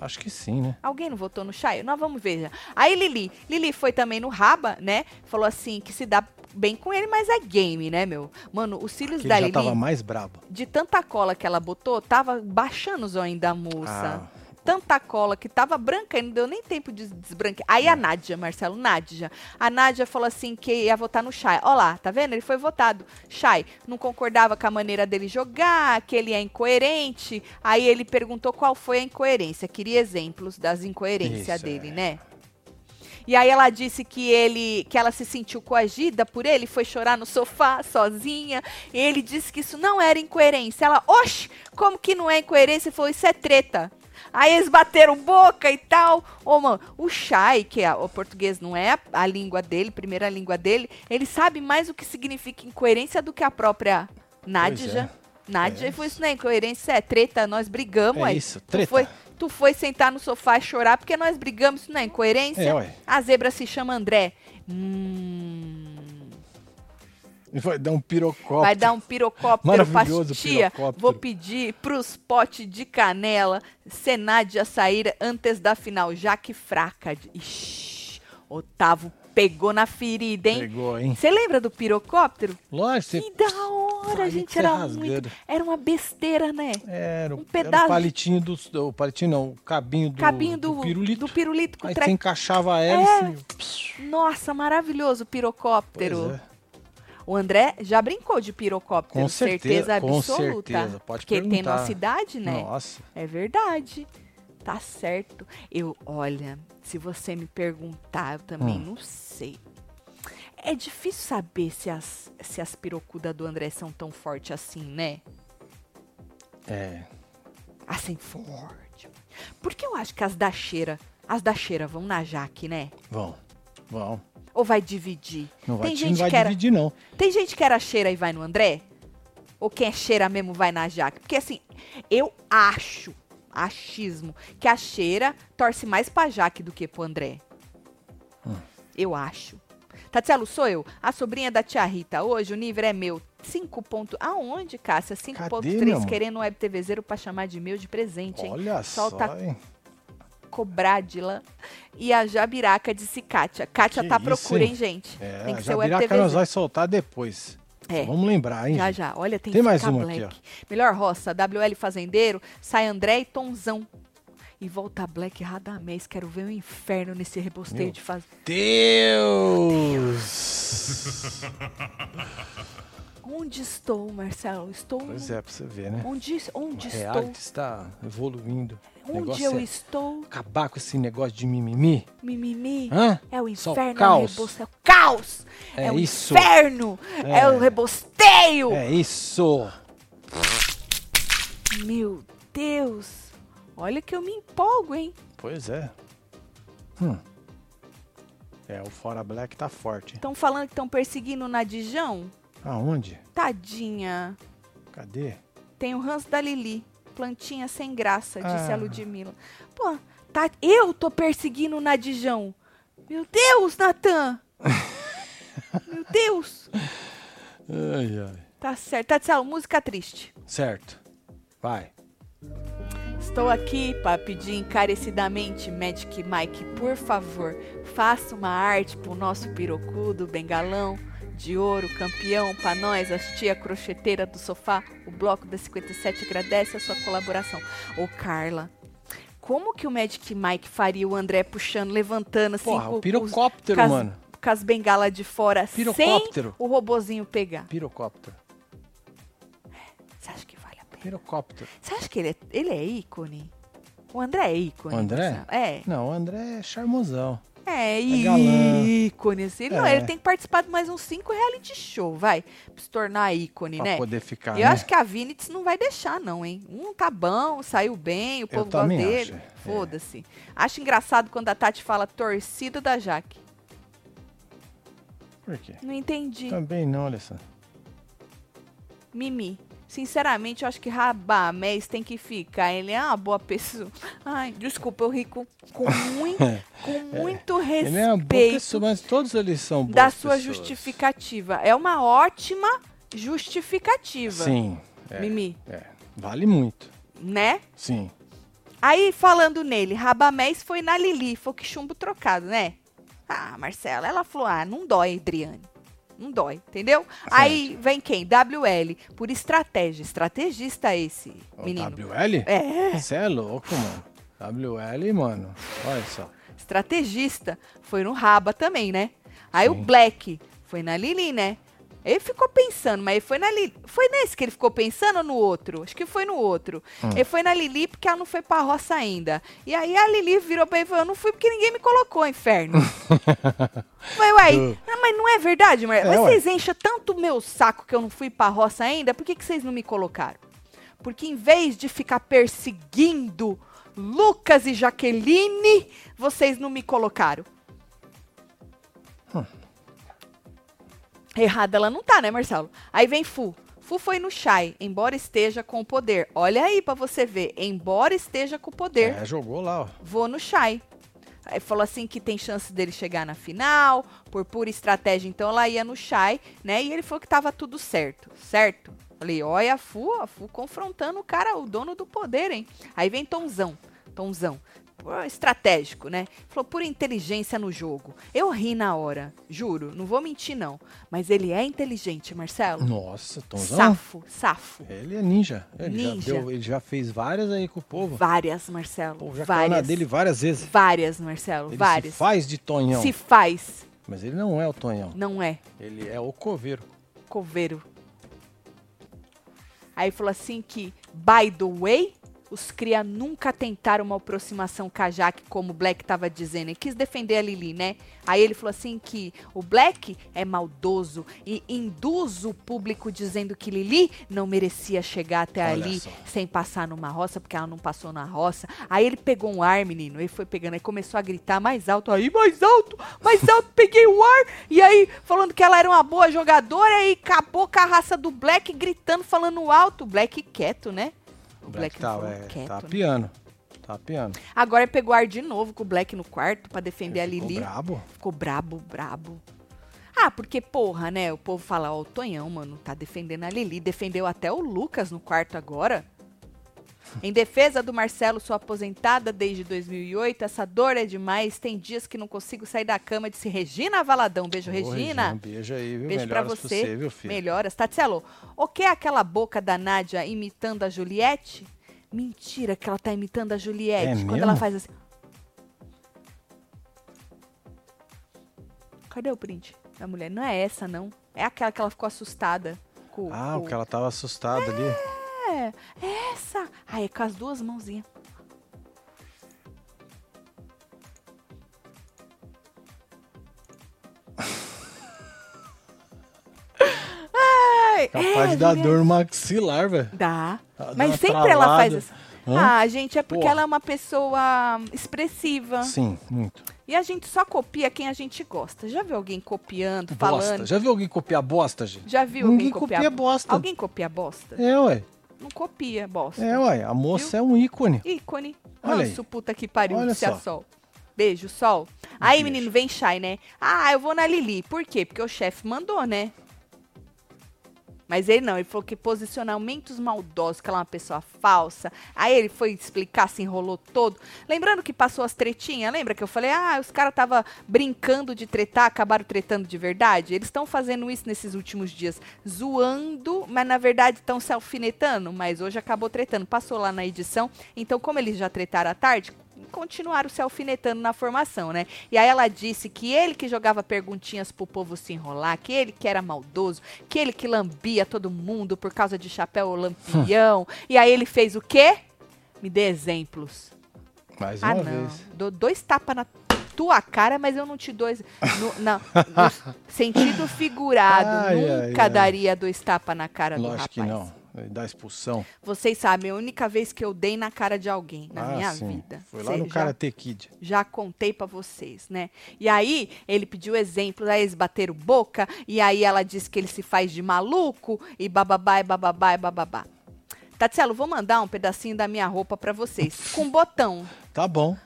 S2: Acho que sim, né?
S1: alguém não votou no Chai? Nós vamos ver já. Aí Lili. Lili foi também no Raba, né? Falou assim, que se dá bem com ele, mas é game, né, meu? Mano, os cílios
S2: Que
S1: da
S2: ele já
S1: Lili
S2: tava mais brabo.
S1: de tanta cola que ela botou, tava baixando o zoinho da moça.
S2: Ah.
S1: Tanta cola que tava branca e não deu nem tempo de desbranquear. Aí
S2: Hum.
S1: a Nádia, Marcelo, Nádia. A Nádia falou assim que ia votar no Chay. Ó lá, tá vendo? Ele foi votado. Chay não concordava com a maneira dele jogar, que ele é incoerente. Aí ele perguntou qual foi a incoerência. Queria exemplos das incoerências
S2: Isso, é.
S1: dele, né? E aí ela disse que ele, que ela se sentiu coagida por ele, foi chorar no sofá sozinha. E ele disse que isso não era incoerência. Ela, oxe, como que não é incoerência? Ele falou, isso é treta. Aí eles bateram boca e tal. Ô, mano, o Chay, que é- o português não é a, a língua dele, primeira língua dele, ele sabe mais o que significa incoerência do que a própria Nádia. Nádia,
S2: É
S1: e foi isso, né? Incoerência é treta, nós brigamos.
S2: É
S1: aí.
S2: isso,
S1: Tu
S2: treta.
S1: foi- Tu foi sentar no sofá e chorar porque nós brigamos, isso não é incoerência?
S2: É, ué.
S1: A zebra se chama André. Hum,
S2: Ele vai dar um pirocóptero.
S1: vai dar um pirocóptero pra
S2: Maravilhoso
S1: tia.
S2: pirocóptero.
S1: Vou pedir pros potes de canela, Senad a sair antes da final. Jaque fraca. Ixi, Otávio pegou na ferida, hein?
S2: Pegou, hein?
S1: Você lembra do pirocóptero?
S2: Lógico,
S1: Que
S2: você...
S1: da hora,
S2: Ai,
S1: gente.
S2: você
S1: Era
S2: rasgando. É,
S1: muito. Era uma besteira, né?
S2: Era, o-
S1: um
S2: era
S1: pedaço.
S2: o palitinho do... O palitinho não, o cabinho do,
S1: Cabinho do,
S2: do pirulito.
S1: do pirulito com É.
S2: Aí
S1: tre-
S2: você encaixava a hélice
S1: Nossa, maravilhoso o
S2: Pois
S1: pirocóptero.
S2: é.
S1: O André já brincou de pirocóptero,
S2: Com certeza, com
S1: absoluta.
S2: certeza, pode
S1: Porque tem
S2: perguntar.
S1: nossa idade, né?
S2: Nossa.
S1: É verdade. Tá certo. Eu, olha, se você me perguntar, eu também
S2: Hum.
S1: não sei. É difícil saber se as, se as pirocudas do André são tão fortes assim, né?
S2: É.
S1: Assim, forte. Porque eu acho que as da cheira, as da cheira vão na Jaque, né?
S2: Vão. Vão.
S1: Ou vai dividir?
S2: Não vai,
S1: Tem
S2: não
S1: gente
S2: vai
S1: que era...
S2: dividir, não.
S1: Tem gente que era cheira e vai no André? Ou quem é cheira mesmo vai na Jaque? Porque assim, eu acho, achismo, que a cheira torce mais pra Jaque do que pro André.
S2: Hum.
S1: Eu acho. Tatielo, sou eu, a sobrinha da tia Rita. Hoje o nível é meu. 5 ponto... Aonde, Cássia?
S2: meu
S1: 5.3,
S2: amor?
S1: querendo um web TV zero pra chamar de meu de presente, hein? tá
S2: Olha
S1: Solta
S2: só, hein?
S1: Cobrádila e a Jabiraca disse Kátia. Kátia
S2: Que
S1: tá à
S2: isso,
S1: procura,
S2: hein?
S1: hein, gente?
S2: É,
S1: Tem que
S2: a
S1: ser web
S2: Jabiraca
S1: TV
S2: nós vai soltar depois.
S1: É.
S2: Vamos lembrar, hein?
S1: Já,
S2: gente?
S1: já. Olha, tem,
S2: Tem mais
S1: Fica
S2: uma
S1: Black.
S2: aqui,
S1: Melhor roça, WL Fazendeiro, sai André e Tonzão. E volta Black Radamés. Quero ver o inferno nesse rebosteio
S2: Meu
S1: de fazenda.
S2: Deus!
S1: Onde estou, Marcelo? Estou.
S2: pois é, pra você ver, né?
S1: Onde,
S2: O
S1: onde estou?
S2: reality está evoluindo. O
S1: Onde
S2: negócio
S1: eu
S2: é
S1: estou?
S2: Acabar com esse negócio de mimimi.
S1: Mimimi.
S2: Hã?
S1: É o
S2: Só
S1: inferno, é o
S2: caos.
S1: rebosteio. É o caos!
S2: É
S1: o
S2: isso.
S1: inferno! É, o
S2: É.
S1: rebosteio!
S2: É isso!
S1: Meu Deus! Olha que eu me empolgo, hein?
S2: Pois é. Hum. É, o Fora Black tá forte.
S1: Estão falando que estão perseguindo o Nadijão?
S2: Aonde?
S1: Tadinha.
S2: Cadê?
S1: Tem o ranço da Lili. Plantinha sem graça, disse a
S2: Ah.
S1: Ludmilla. Pô, tá, eu tô perseguindo o Nadijão. Meu Deus, Natan! Meu Deus!
S2: Ai, ai.
S1: Tá certo. Tá certo. Música triste.
S2: Certo. Vai.
S1: Estou aqui para pedir encarecidamente, Magic Mike, por favor, faça uma arte pro nosso pirocudo, bengalão, de ouro, campeão, pra nós, as tia crocheteira do sofá. O bloco da 57 agradece a sua colaboração. Ô, Carla, como que o Magic Mike faria o André puxando, levantando assim,
S2: Porra,
S1: com
S2: o
S1: os-
S2: pirocóptero,
S1: com as-
S2: mano.
S1: Com as bengalas de fora, sem
S2: Pirocóptero.
S1: o robozinho pegar.
S2: Pirocóptero.
S1: Você acha que vale a pena?
S2: Pirocóptero.
S1: Você acha que ele é, ele é ícone? O André é ícone.
S2: O André?
S1: Marcelo. É.
S2: Não, o André é charmosão.
S1: É,
S2: galã.
S1: ícone, assim. Ele, Não,
S2: É.
S1: ele tem que participar de mais uns cinco reality show, vai. Pra se tornar ícone,
S2: Pra
S1: né?
S2: poder ficar.
S1: Eu
S2: né?
S1: acho que a Vinitz não vai deixar, não, hein? Um tá bom, saiu bem, o povo gosta
S2: também
S1: dele.
S2: acho, é.
S1: Foda-se. Acho engraçado quando a Tati fala torcida da Jaque.
S2: Por quê?
S1: Não entendi.
S2: Também não, Alessandra.
S1: Mimi. Sinceramente, eu acho que Rabamés tem que ficar. Ele é uma boa pessoa. Ai, desculpa, eu ri com, com, mui- com muito
S2: É. Ele é uma boa
S1: respeito
S2: pessoa, mas todos eles são boas
S1: da sua
S2: pessoas.
S1: justificativa. É uma ótima justificativa,
S2: Sim, é.
S1: Mimi,
S2: é. Vale muito.
S1: né?
S2: Sim.
S1: Aí, falando nele, Rabamés foi na Lili, foi que chumbo trocado, né? Ah, Marcela, ela falou, ah, não dói, Adriane. Não dói, entendeu? Aí vem quem? WL, por estratégia. Estrategista esse,
S2: O
S1: menino.
S2: WL?
S1: É,
S2: Você é louco, mano. WL, mano. Olha só.
S1: estrategista. Foi no Raba também, né? Aí o Black foi na Lili, né? Ele ficou pensando, mas ele foi na Lili. Foi nesse que ele ficou pensando ou no outro? Acho que foi no outro. Ele foi na Lili porque ela não foi pra roça ainda. E aí a Lili virou pra ele e falou: Eu não fui porque ninguém me colocou, inferno. Falei, uai,
S2: Do-
S1: ah, mas não é verdade, Maria?
S2: É,
S1: mas
S2: ué.
S1: vocês enchem tanto o meu saco que eu não fui pra roça ainda, por que, que vocês não me colocaram? Porque em vez de ficar perseguindo Lucas e Jaqueline, vocês não me colocaram.
S2: Hum.
S1: Errada ela não tá, né, Marcelo? Aí vem Fu. Fu foi no Shai, embora esteja com o poder. Olha aí pra você ver, embora esteja com o poder
S2: É, jogou lá, ó.
S1: vou no Shai. Aí falou assim que tem chance dele chegar na final, por pura estratégia, então ela ia no Shai, né? E ele falou que tava tudo certo, certo? Falei, olha a Fu, a Fu confrontando o cara, o dono do poder, hein? Aí vem Tonzão, Tonzão. pô, Estratégico, né? Falou por inteligência no jogo. Eu ri na hora, juro, não vou mentir não. Mas ele é inteligente, Marcelo.
S2: Nossa, Tomzão.
S1: Safo, safo.
S2: Ele é ninja. Ele,
S1: Ninja.
S2: Já deu- ele já fez várias aí com o povo.
S1: Várias,
S2: O
S1: Marcelo.
S2: povo já caiu na
S1: várias.
S2: dele várias vezes.
S1: Várias, Marcelo,
S2: Ele
S1: várias.
S2: se faz de Tonhão.
S1: Se faz.
S2: Mas ele não é o Tonhão.
S1: Não é.
S2: Ele é o coveiro.
S1: Coveiro. Aí falou assim que, by the way, os cria nunca tentaram uma aproximação com a Jaque, como o Black tava dizendo. Ele quis defender a Lili, né? Aí ele falou assim que o Black é maldoso e induz o público dizendo que Lili não merecia chegar até
S2: Olha
S1: ali
S2: só.
S1: sem passar numa roça, porque ela não passou na roça. Aí ele pegou um ar, menino, ele foi pegando, aí começou a gritar mais alto, aí mais alto, mais alto, peguei o ar, e aí falando que ela era uma boa jogadora, e acabou com a raça do Black, gritando, falando alto, Black quieto, né?
S2: O Black, tá,
S1: falou
S2: é,
S1: quieto,
S2: tá
S1: né?
S2: piano. Tá piano.
S1: Agora ele pegou ar de novo com o Black no quarto pra defender a
S2: Ele ficou
S1: Lili.
S2: brabo.
S1: Ficou brabo, brabo. Ah, porque, porra, né? O povo fala, ó, o Tonhão, mano, tá defendendo a Lili. Defendeu até o Lucas no quarto agora. Em defesa do Marcelo, sou aposentada desde 2008. Essa dor é demais. Tem dias que não consigo sair da cama. Disse Regina Valadão. Beijo,
S2: Ô,
S1: Regina.
S2: Um beijo aí, viu?
S1: Beijo pra
S2: Melhoras
S1: você.
S2: pra você, viu, filho?
S1: Melhoras. Tatielo, o que é aquela boca da Nádia imitando a Juliette? Mentira que ela tá imitando a Juliette.
S2: É
S1: quando
S2: mesmo?
S1: ela faz assim. Cadê o print da mulher? Não é essa, não. É aquela que ela ficou assustada. Com,
S2: Ah,
S1: com-
S2: porque ela tava assustada ali.
S1: É, é essa. Ah, é com as duas mãozinhas. Ai,
S2: Capaz
S1: é,
S2: de dar
S1: Juliette.
S2: dor no maxilar, velho.
S1: Dá.
S2: Dá- dá
S1: Mas
S2: uma
S1: sempre ela faz
S2: travada.
S1: assim.
S2: Hã?
S1: Ah, gente, é porque
S2: Porra.
S1: ela é uma pessoa hum, expressiva.
S2: Sim, muito.
S1: E a gente só copia quem a gente gosta. Já viu alguém copiando,
S2: tipo, Bosta.
S1: falando?
S2: Já viu alguém copiar bosta, gente?
S1: Já viu
S2: Ninguém
S1: alguém copiar?
S2: copia bosta.
S1: Alguém copia bosta?
S2: É, ué.
S1: Não copia bosta.
S2: É, ué. A moça é um ícone.
S1: ícone.
S2: Olha aí.
S1: Ranço, puta que pariu,
S2: Olha
S1: disse a
S2: só.
S1: Sol. Beijo, Sol. Aí,
S2: Beijo.
S1: menino, vem Shai, né? Ah, eu vou na Lili. Por quê? Porque o chefe mandou, né? Mas ele não, ele falou que posicionamentos maldosos, que ela é uma pessoa falsa. Aí ele foi explicar, se enrolou todo. Lembrando que passou as tretinhas, lembra que eu falei? Ah, os caras tava brincando de tretar, acabaram tretando de verdade? Eles estão fazendo isso nesses últimos dias, zoando, mas na verdade estão se alfinetando. Mas hoje acabou tretando, passou lá na edição. Então, como eles já tretaram à tarde, continuaram se alfinetando na formação, né? E aí ela disse que ele que jogava perguntinhas pro povo se enrolar, que ele que era maldoso, que ele que lambia todo mundo por causa de
S2: Hum.
S1: chapéu lampião. e aí ele fez o quê? Me dê exemplos.
S2: Mais
S1: ah, não.
S2: uma vez.
S1: Dou dois tapas na tua cara, mas eu não te dou. esse- No, na- no sentido figurado,
S2: Ai, ai,
S1: nunca
S2: ai.
S1: daria dois tapas na cara do
S2: Lógico
S1: rapaz.
S2: que não. É, Da expulsão.
S1: Vocês sabem, é a única vez que eu dei na cara de alguém na
S2: ah,
S1: minha
S2: sim.
S1: vida.
S2: Foi lá
S1: Cê
S2: no
S1: já-
S2: Karate Kid.
S1: já contei pra vocês, né? E aí ele pediu exemplos, aí eles bateram boca, e aí ela disse que ele se faz de maluco, e bababá, e bababá, e bababá. Tatielo, vou mandar um pedacinho da minha roupa pra vocês, com um botão.
S2: Tá bom.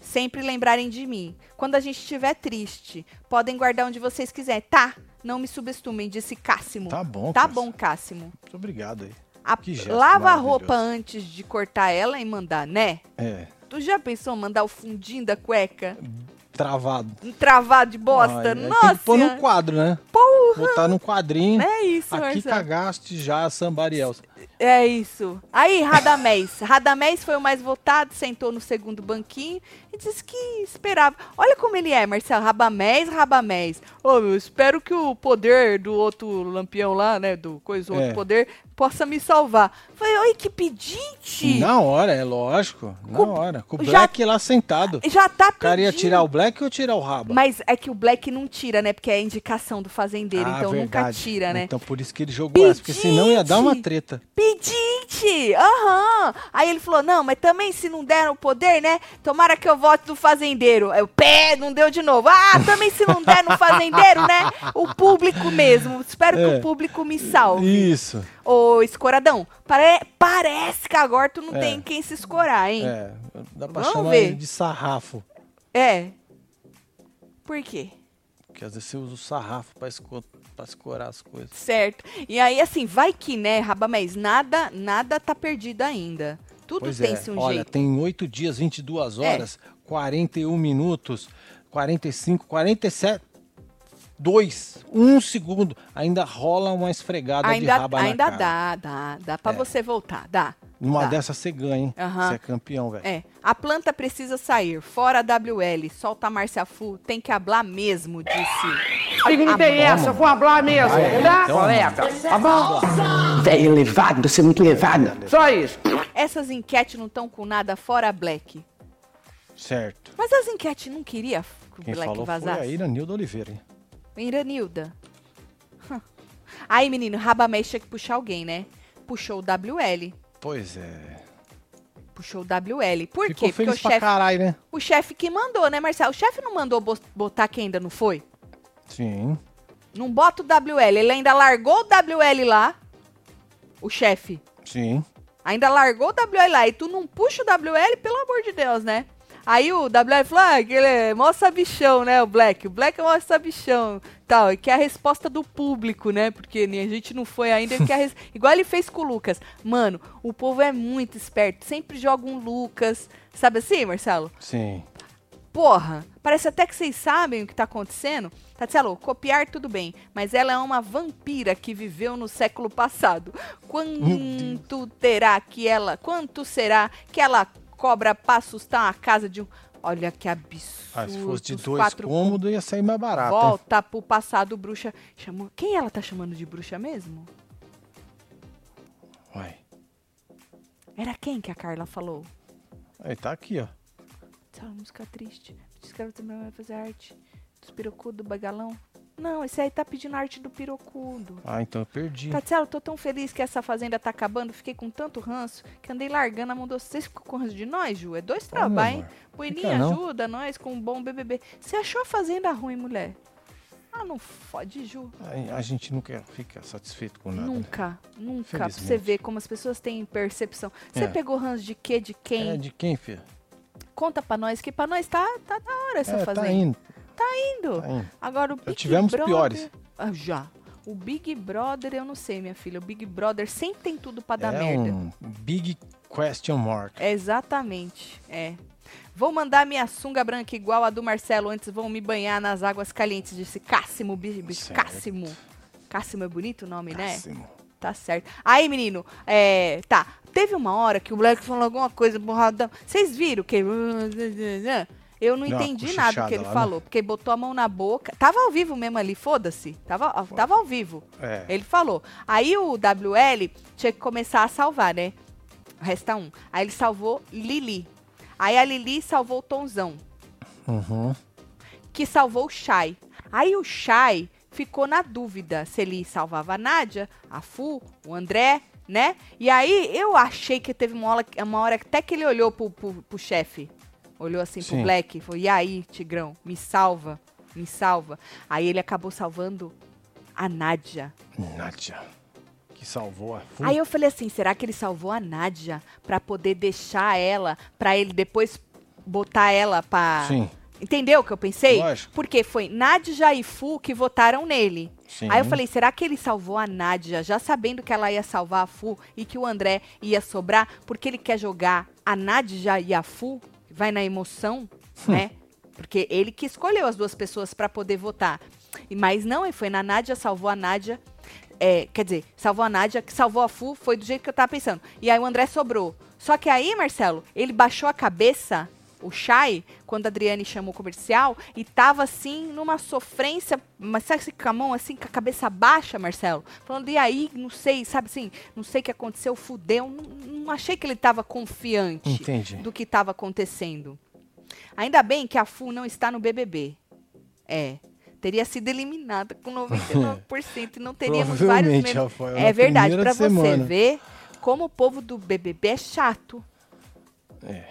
S1: Sempre lembrarem de mim. Quando a gente estiver triste, podem guardar onde vocês quiserem. Tá? Não me subestimem, disse Cássimo.
S2: Tá bom,
S1: Tá
S2: Cássimo.
S1: bom, Cássimo.
S2: Muito obrigado aí.
S1: A-
S2: Que gesto
S1: lava a
S2: maravilhoso.
S1: roupa antes de cortar ela e mandar, né?
S2: É.
S1: Tu já pensou mandar o fundinho da cueca?
S2: Travado.
S1: um travado de bosta.
S2: Ai, aí
S1: Nossa!
S2: Tem que pôr num quadro, né?
S1: Porra!
S2: Botar num quadrinho.
S1: É isso,
S2: Aqui
S1: Marcelo.
S2: cagaste já, Sambariel.
S1: É isso. Aí, Radamés. Radamés foi o mais votado, sentou no segundo banquinho e disse que esperava. Olha como ele é, Marcelo. Rabamés, Rabamés. Ô, eu espero que o poder do outro lampião lá, né? Do coisa, o outro
S2: É.
S1: poder, possa me salvar. Falei, oi, que pedinte!
S2: Na hora, é lógico. Na
S1: Com-
S2: hora. Com o
S1: já-
S2: Black lá sentado.
S1: Já tá
S2: O cara ia
S1: pedindo.
S2: tirar o Black ou tirar o rabo?
S1: Mas é que o Black não tira, né? Porque é a indicação do fazendeiro, então nunca tira, né?
S2: Ah, Então por isso que ele jogou essa, porque senão ia dar uma
S1: Pedinte!
S2: treta.
S1: Pedinte! Aham! Aí ele falou: não, mas também se não deram o poder, né? Tomara que eu vote do fazendeiro. Aí o pé, não deu de novo. Ah, também se não der no fazendeiro, né? O público mesmo. Espero que
S2: É.
S1: o público me salve.
S2: Isso.
S1: Ô, escoradão, pare- parece que agora tu não
S2: É.
S1: tem quem se escorar, hein?
S2: É, dá pra
S1: Vamos
S2: chamar
S1: ver.
S2: ele de sarrafo.
S1: É. Por quê?
S2: Porque às vezes você usa o sarrafo pra, esco pra escorar as coisas.
S1: Certo. E aí, assim, vai que, né, Rabamés? Nada, nada tá perdido ainda. Tudo
S2: pois é,
S1: tem-se um
S2: olha,
S1: jeito.
S2: tem 8 dias, 22
S1: É.
S2: horas, 41 minutos, 45, 47, 2, 1 segundo. Ainda rola uma esfregada de
S1: Ainda,
S2: raba
S1: ainda
S2: na cara.
S1: dá,
S2: É.
S1: dá, dá pra você voltar, dá.
S2: Numa
S1: dá.
S2: dessas você ganha, hein?
S1: Aham.
S2: Você é campeão, velho.
S1: É, a planta precisa sair, fora a WL, solta a Márcia Fu, tem que hablar mesmo, disse.
S4: Liga,
S6: Ah,
S4: não tem é essa, eu vou hablar mesmo,
S6: é?
S4: tá,
S2: então,
S4: colega? Tá bom?
S6: Véia levada, você é muito levada.
S4: Só isso.
S1: Essas enquetes não estão com nada fora a Black.
S2: Certo.
S1: Mas as enquetes não queria que o
S2: Quem
S1: Black
S2: falou
S1: vazasse.
S2: foi a Iranilda Oliveira, hein?
S1: Iranilda. Hã. Aí, menino, Rabamés tinha que puxar alguém, né? Puxou o WL.
S2: Pois é.
S1: Puxou o WL. Por
S2: Ficou
S1: quê? Porque o
S2: feliz pra
S1: chefe
S2: caralho, né?
S1: o chefe que mandou, né, Marcelo? O chefe não mandou bo- botar quem ainda não foi?
S2: Sim.
S1: Não bota o WL. Ele ainda largou o WL lá. O chefe.
S2: Sim.
S1: Ainda largou o WL lá. E tu não puxa o WL, pelo amor de Deus, né? Aí o WL falou, ah, que ele é mó sabichão, né, o Black. O Black é mó sabichão, tal. E que é a resposta do público, né? Porque nem a gente não foi ainda. ele quer res- Igual ele fez com o Lucas. Mano, o povo é muito esperto. Sempre joga um Lucas. Sabe assim, Marcelo?
S2: Sim.
S1: Porra, parece até que vocês sabem o que tá acontecendo. Tatielo, copiar tudo bem, mas ela é uma vampira que viveu no século passado. Quanto terá que ela. Quanto será que ela cobra pra assustar a casa de um. Olha que absurdo.
S2: Ah, se fosse de
S1: os
S2: dois
S1: quatro
S2: cômodos, ia sair mais barato. hein?
S1: Volta pro passado, bruxa. Chamou... Quem ela tá chamando de bruxa mesmo?
S2: Uai.
S1: Era quem que a Carla falou?
S2: Aí tá aqui, ó.
S1: Essa música triste. Diz que ela também vai fazer arte dos pirocudo, bagalão. Não, esse aí tá pedindo arte do pirocudo.
S2: Ah, então eu perdi.
S1: Tatiana, eu tô tão feliz que essa fazenda tá acabando. Fiquei com tanto ranço que andei largando a mão de vocês. Ficou com ranço de nós, Ju? É dois
S2: Tá, meu
S1: trabalhos, hein?
S2: amor.
S1: Bueninha,
S2: Fica não.
S1: ajuda nós com um bom BBB. Você achou a fazenda ruim, mulher? Ah, não fode, Ju.
S2: Aí A gente nunca fica satisfeito com nada. né?
S1: Nunca, nunca. Pra você
S2: Felizmente.
S1: ver como as pessoas têm percepção. Você
S2: É.
S1: pegou ranço de quê, de quem?
S2: É de quem, filho?
S1: Conta pra nós, que pra nós tá, tá da hora essa
S2: É,
S1: fazenda.
S2: tá
S1: Lindo.
S2: indo. Tá indo.
S1: Agora o Big
S2: tivemos
S1: Brother...
S2: piores.
S1: Ah, já. O Big Brother, eu não sei, minha filha. O Big Brother sempre tem tudo pra dar
S2: é
S1: merda.
S2: um big question mark.
S1: É, Exatamente, é. Vou mandar minha sunga branca igual a do Marcelo antes, vão me banhar nas águas calientes, disse Cássimo, bi- bi-
S2: Certo.
S1: Cássimo. Cássimo é bonito o nome, né?
S2: Péssimo.
S1: Tá certo. Aí, menino, é, tá. Teve uma hora que o Black falou alguma coisa borradão. Vocês viram que. Eu não
S2: Deu uma
S1: entendi nada do que
S2: cochichada
S1: ele
S2: lá, né?
S1: falou, porque botou a mão na boca. Tava ao vivo mesmo ali, foda-se. Tava, tava ao vivo.
S2: É.
S1: Ele falou. Aí o WL tinha que começar a salvar, né? Resta um. Aí ele salvou Lili. Aí a Lili salvou o Tonzão.
S2: Uhum.
S1: que salvou o Shai. Aí o Shai ficou na dúvida se ele salvava a Nádia, a Fu, o André, né? E aí eu achei que teve uma hora, uma hora até que ele olhou pro, pro, pro chefe. Olhou assim pro
S2: Sim.
S1: Black e falou: E aí, Tigrão, me salva, me salva. Aí ele acabou salvando a Nádia.
S2: Nádia, que salvou a Fu.
S1: Aí eu falei assim, será que ele salvou a Nádia pra poder deixar ela, pra ele depois botar ela pra...
S2: Sim.
S1: Entendeu o que eu pensei?
S2: Lógico.
S1: Porque foi Nádia e Fu que votaram nele.
S2: Sim.
S1: Aí eu falei, será que ele salvou a Nádia já sabendo que ela ia salvar a Fu e que o André ia sobrar porque ele quer jogar a Nádia e a Fu? Vai na emoção, né? Porque ele que escolheu as duas pessoas pra poder votar. E- Mas não, e foi na Nádia, salvou a Nádia. É, quer dizer, salvou a Nádia, que salvou a Fu, foi do jeito que eu tava pensando. E aí o André sobrou. Só que aí, Marcelo, ele baixou a cabeça, o Shai, quando a Adriane chamou o comercial, e tava assim, numa sofrência, mas sabe assim, com a mão assim, com a cabeça baixa, Marcelo? Falando, e aí, não sei, sabe assim, não sei o que aconteceu, fudeu. Não, não achei que ele tava confiante
S2: Entendi.
S1: do que tava acontecendo. Ainda bem que a Fu não está no BBB. É. Teria sido eliminada com 99% e não teríamos vários
S2: Provavelmente,
S1: memes.
S2: Rafael, na
S1: É verdade,
S2: primeira
S1: pra você
S2: semana.
S1: ver como o povo do BBB é chato.
S2: É.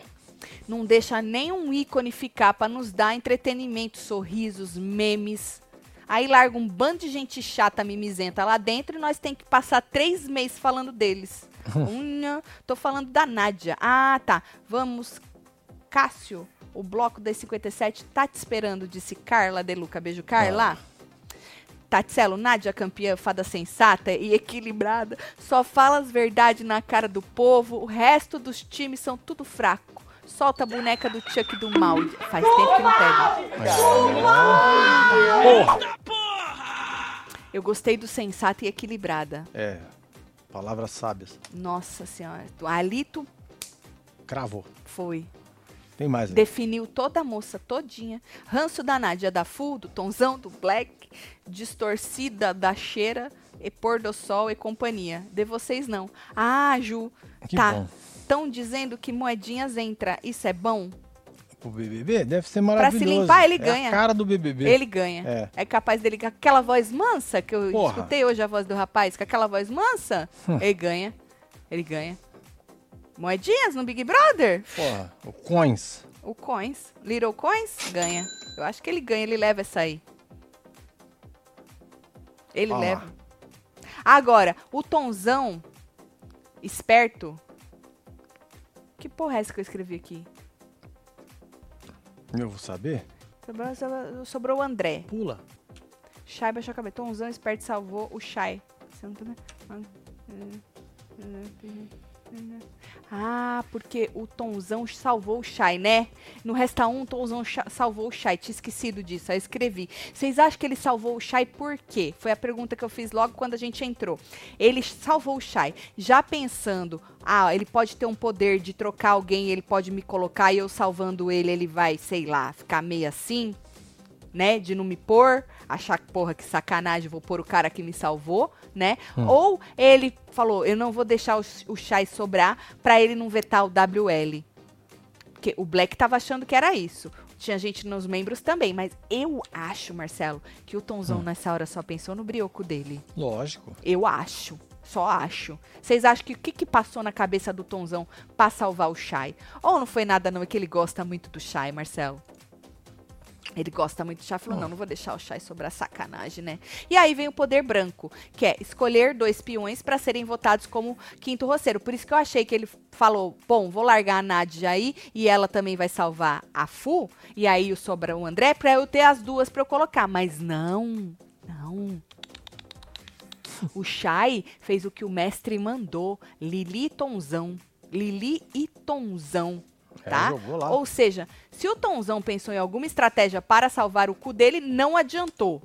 S1: Não deixa nenhum ícone ficar pra nos dar entretenimento, sorrisos, memes. Aí larga um bando de gente chata, mimizenta lá dentro e nós tem que passar três meses falando deles. Unha, tô falando da Nádia. Ah, tá. Vamos, Cássio, o bloco das 57 tá te esperando, disse Carla De Luca. Beijo, Carla. Tatselo, Nádia, campeã, fada sensata e equilibrada, só fala as verdades na cara do povo, o resto dos times são tudo fraco. Solta a boneca do Chuck do mal. Faz tempo que não pega. Eu gostei do sensata e equilibrada.
S2: É, palavras sábias.
S1: Nossa senhora. Ali tu
S2: Cravou.
S1: foi.
S2: Tem mais. né?
S1: Definiu toda a moça todinha. Ranço da Nádia da Full, do Tonzão, do Black, distorcida da cheira, e pôr do sol e companhia. De vocês não. Ah, Ju,
S2: Que
S1: tá.
S2: bom.
S1: Estão dizendo que moedinhas entra. Isso é bom?
S2: Pro BBB deve ser maravilhoso.
S1: limpar, ele
S2: É a
S1: ganha.
S2: cara do BBB.
S1: Ele ganha.
S2: É.
S1: É. capaz dele com aquela voz mansa que eu
S2: Porra. Hum.
S1: escutei hoje a voz do rapaz, com aquela voz mansa, ele ganha. Ele ganha. Moedinhas no Big Brother?
S2: Porra, o Coins.
S1: O Coins, Little Coins, ganha. Eu acho que ele ganha, ele leva essa aí. Ele
S2: Ah lá.
S1: leva. Agora, o Tonzão, esperto. Que porra é essa que eu escrevi aqui?
S2: Eu vou saber?
S1: Sobrou, sobrou- sobrou o André.
S2: Pula.
S1: Shai baixou a cabeça. Tonzão, esperto, salvou o Shai. Você não tá vendo? Ah, porque o Tonzão salvou o Shai, né? No Resta 1, o Tonzão cha- salvou o Shai. Tinha esquecido disso, aí escrevi. Vocês acham que ele salvou o Shai por quê? Foi a pergunta que eu fiz logo quando a gente entrou. Ele salvou o Shai, já pensando, ah, ele pode ter um poder de trocar alguém, ele pode me colocar e eu salvando ele, ele vai, sei lá, ficar meio assim? né? De não me pôr, achar que, porra, que sacanagem, vou pôr o cara que me salvou, né? Ou ele falou, eu não vou deixar o, o Chai sobrar pra ele não vetar o WL. Porque o Black tava achando que era isso. Tinha gente nos membros também, mas eu acho, Marcelo, que o Tonzão nessa hora só pensou no brioco dele.
S2: Lógico.
S1: Eu acho. Só acho. Vocês acham que o que, que passou na cabeça do Tonzão pra salvar o Shai? Ou não foi nada, não? É que ele gosta muito do Shai, Marcelo? Ele gosta muito do Shai. Falou, não, não vou deixar o Shai sobrar sacanagem, né? E aí vem o poder branco, que é escolher dois peões pra serem votados como quinto roceiro. Por isso que eu achei que ele falou, bom, vou largar a Nádia aí e ela também vai salvar a Fu. E aí o sobra o André pra eu ter as duas pra eu colocar. Mas não, não. O Shai fez o que o mestre mandou. Lili e Tonzão. Lili e Tonzão.
S2: É,
S1: Tá?
S2: jogou lá.
S1: Ou seja, se o Tonzão pensou em alguma estratégia para salvar o cu dele, não adiantou.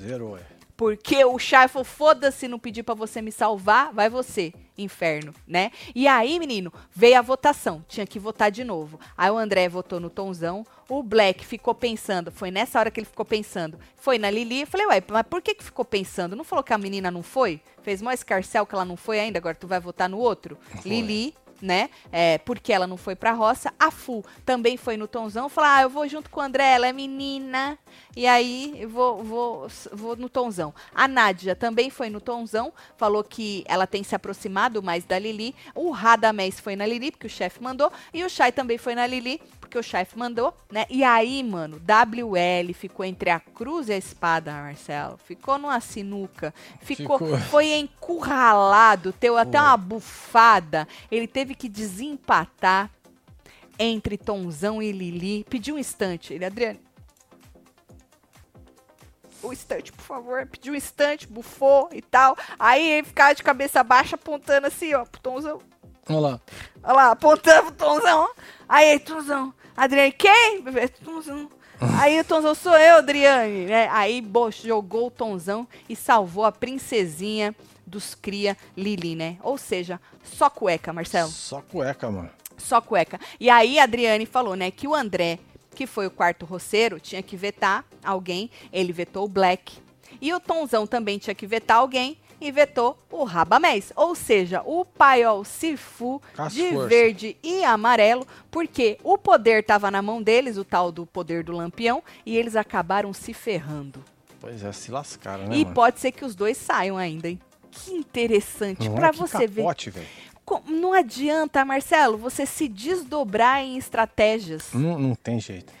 S2: Zerou, é.
S1: Porque o Shai falou, foda-se, não pedi pra você me salvar, vai você, inferno, né? E aí, menino, veio a votação, tinha que votar de novo. Aí o André votou no Tonzão, o Black ficou pensando, foi nessa hora que ele ficou pensando, foi na Lili, eu falei, ué, mas por que que ficou pensando? Não falou que a menina não foi? Fez mó escarcel que ela não foi ainda, agora tu vai votar no outro? Lili, né? É, porque ela não foi pra roça. A Fu também foi no Tonzão, falar, ah, eu vou junto com o André, ela é menina. E aí eu vou, vou, vou no Tonzão. A Nádia também foi no Tonzão, falou que ela tem se aproximado mais da Lili. O Radamés foi na Lili, porque o chefe mandou. E o Chay também foi na Lili, porque o chefe mandou, né? E aí, mano, WL ficou entre a cruz e a espada, Marcelo. Ficou numa sinuca. Ficou,
S2: Ficou.
S1: foi encurralado, teu até uma bufada. Ele teve que desempatar entre Tonzão e Lili. Pediu um instante. Ele, Adriane. O instante, por favor. Pediu um instante, bufou e tal. Aí ele ficava de cabeça baixa apontando assim, ó, pro Tonzão.
S2: Olha lá.
S1: Olha lá, apontando pro Tonzão. Aí, Tonzão. Adriane, quem? É, Tonzão. Aí o Tonzão sou eu, Adriane. né? Aí bo- jogou o Tonzão e salvou a princesinha dos cria Lili, né? Ou seja, só cueca, Marcelo.
S2: Só cueca, mano.
S1: Só cueca. E aí a Adriane falou, né, que o André, que foi o quarto roceiro, tinha que vetar alguém. Ele vetou o Black. E o Tonzão também tinha que vetar alguém. E vetou o Rabamés. Ou seja, o paiol Sifu
S2: Com as
S1: de
S2: forças.
S1: verde e amarelo, porque o poder estava na mão deles, o tal do poder do lampião, e eles acabaram se ferrando.
S2: Pois é, se lascaram, né,
S1: e
S2: mano?
S1: pode ser que os dois saiam ainda, hein? Que interessante.
S2: Não é
S1: Pra
S2: que
S1: você ver.
S2: capote, velho.
S1: Co- Não adianta, Marcelo, você se desdobrar em estratégias.
S2: Não, não tem jeito.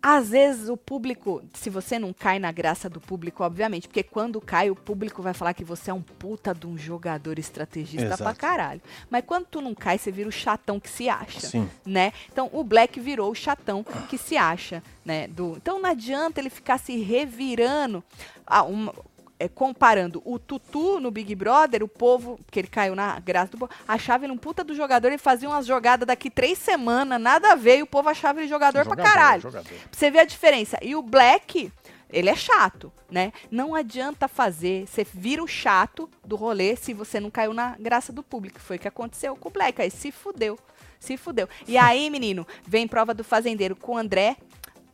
S1: Às vezes o público, se você não cai na graça do público, obviamente, porque quando cai, o público vai falar que você é um puta de um jogador estrategista pra
S2: Exato.
S1: caralho. Mas quando tu não cai, você vira o chatão que se acha
S2: Sim.
S1: né? Então o Black virou o chatão que se acha, né? Do... Então não adianta ele ficar se revirando, Ah, uma- é, comparando o Tutu no Big Brother, o povo, porque ele caiu na graça do povo, achava ele um puta do jogador, ele fazia umas jogadas daqui três semanas, nada a ver, e o povo achava ele jogador, pra caralho.
S2: jogador.
S1: Pra você ver a diferença. E o Black, ele é chato, né? Não adianta fazer. Você vira o chato do rolê se você não caiu na graça do público. Foi o que aconteceu com o Black. Aí se fudeu. Se fudeu. E aí, menino, vem prova do fazendeiro com o André.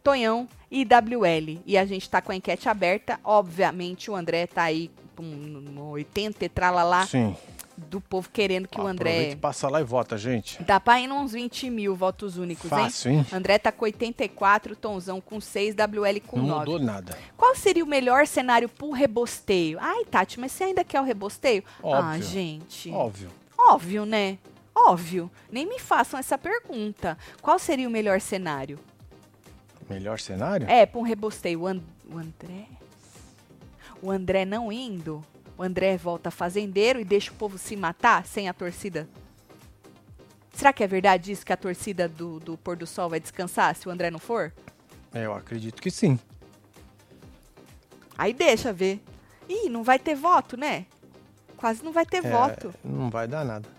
S1: Tonhão e WL. E a gente tá com a enquete aberta. Obviamente, o André tá aí com um 80 e tralalá
S2: Sim. Ah,
S1: do povo querendo Ah, que o
S2: Aproveita
S1: André.
S2: e passa lá e vota, gente.
S1: Dá pra ir uns 20 mil votos únicos, hein?
S2: Fácil, hein?
S1: André tá com 84, Tonzão com 6, WL com
S2: Não
S1: 9.
S2: mudou nada.
S1: Qual seria o melhor cenário pro rebosteio? Ai, Tati, mas você ainda quer o rebosteio? Ah,
S2: Óbvio.
S1: gente.
S2: Óbvio.
S1: Óbvio, né? Óbvio. Nem me façam essa pergunta. Qual seria o melhor cenário?
S2: Melhor cenário?
S1: É, pra um rebosteio. O, An- o André? O André não indo? O André volta fazendeiro e deixa o povo se matar sem a torcida? Será que é verdade isso que a torcida do, do pôr do sol vai descansar se o André não for? É.
S2: Eu acredito que sim.
S1: Aí deixa ver. Ih, não vai ter voto, né? Quase não vai ter
S2: É,
S1: voto.
S2: Não vai dar nada.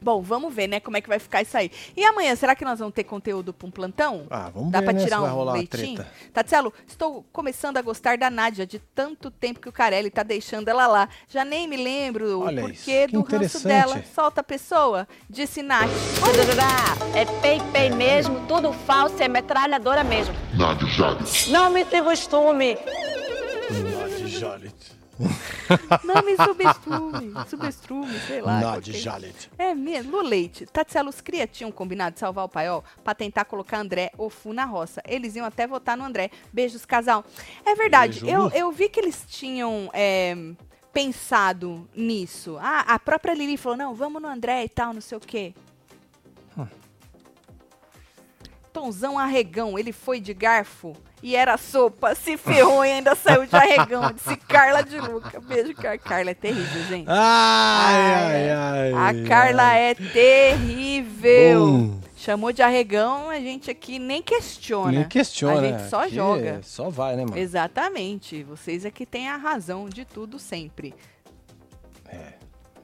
S1: Bom, vamos ver, né, como é que vai ficar isso aí. E amanhã, será que nós vamos ter conteúdo pra um plantão?
S2: Ah, vamos
S1: Dá
S2: ver,
S1: pra
S2: né, se
S1: tirar
S2: vai
S1: um
S2: rolar uma
S1: leitinho?
S2: treta.
S1: Tatielo, estou começando a gostar da Nádia de tanto tempo que o Carelli tá deixando ela lá. Já nem me lembro
S2: Olha
S1: o
S2: isso,
S1: porquê
S2: que
S1: do ranço
S2: interessante.
S1: dela. Solta a pessoa, disse Nath.
S3: É pei-pei mesmo, tudo falso, é metralhadora mesmo. Não me tem costume.
S2: Nod Jalit.
S1: Não me subestrume, subestrume, sei lá.
S2: Nod
S1: qualquer-
S2: Jalit.
S1: É mesmo, Lu Leite. Tatiana os Cria tinham combinado de salvar o paiol pra tentar colocar André ou Fu na roça. Eles iam até votar no André. Beijos, casal. É verdade,
S2: Beijo,
S1: eu,
S2: Lu.
S1: eu vi que eles tinham é, pensado nisso. Ah, a própria Lili falou, não, vamos no André e tal, não sei o quê.
S2: Hum.
S1: Tonzão arregão, ele foi de garfo e era sopa, se ferrou e ainda saiu de arregão, disse Carla de Luca. Beijo, Car Carla, é terrível, gente.
S2: Ai, ai, ai.
S1: A Carla é terrível.
S2: Bom.
S1: Chamou de arregão, a gente aqui nem questiona.
S2: Nem questiona.
S1: é A gente só
S2: aqui
S1: joga.
S2: é- Só vai, né, mano?
S1: Exatamente. Vocês aqui têm a razão de tudo sempre,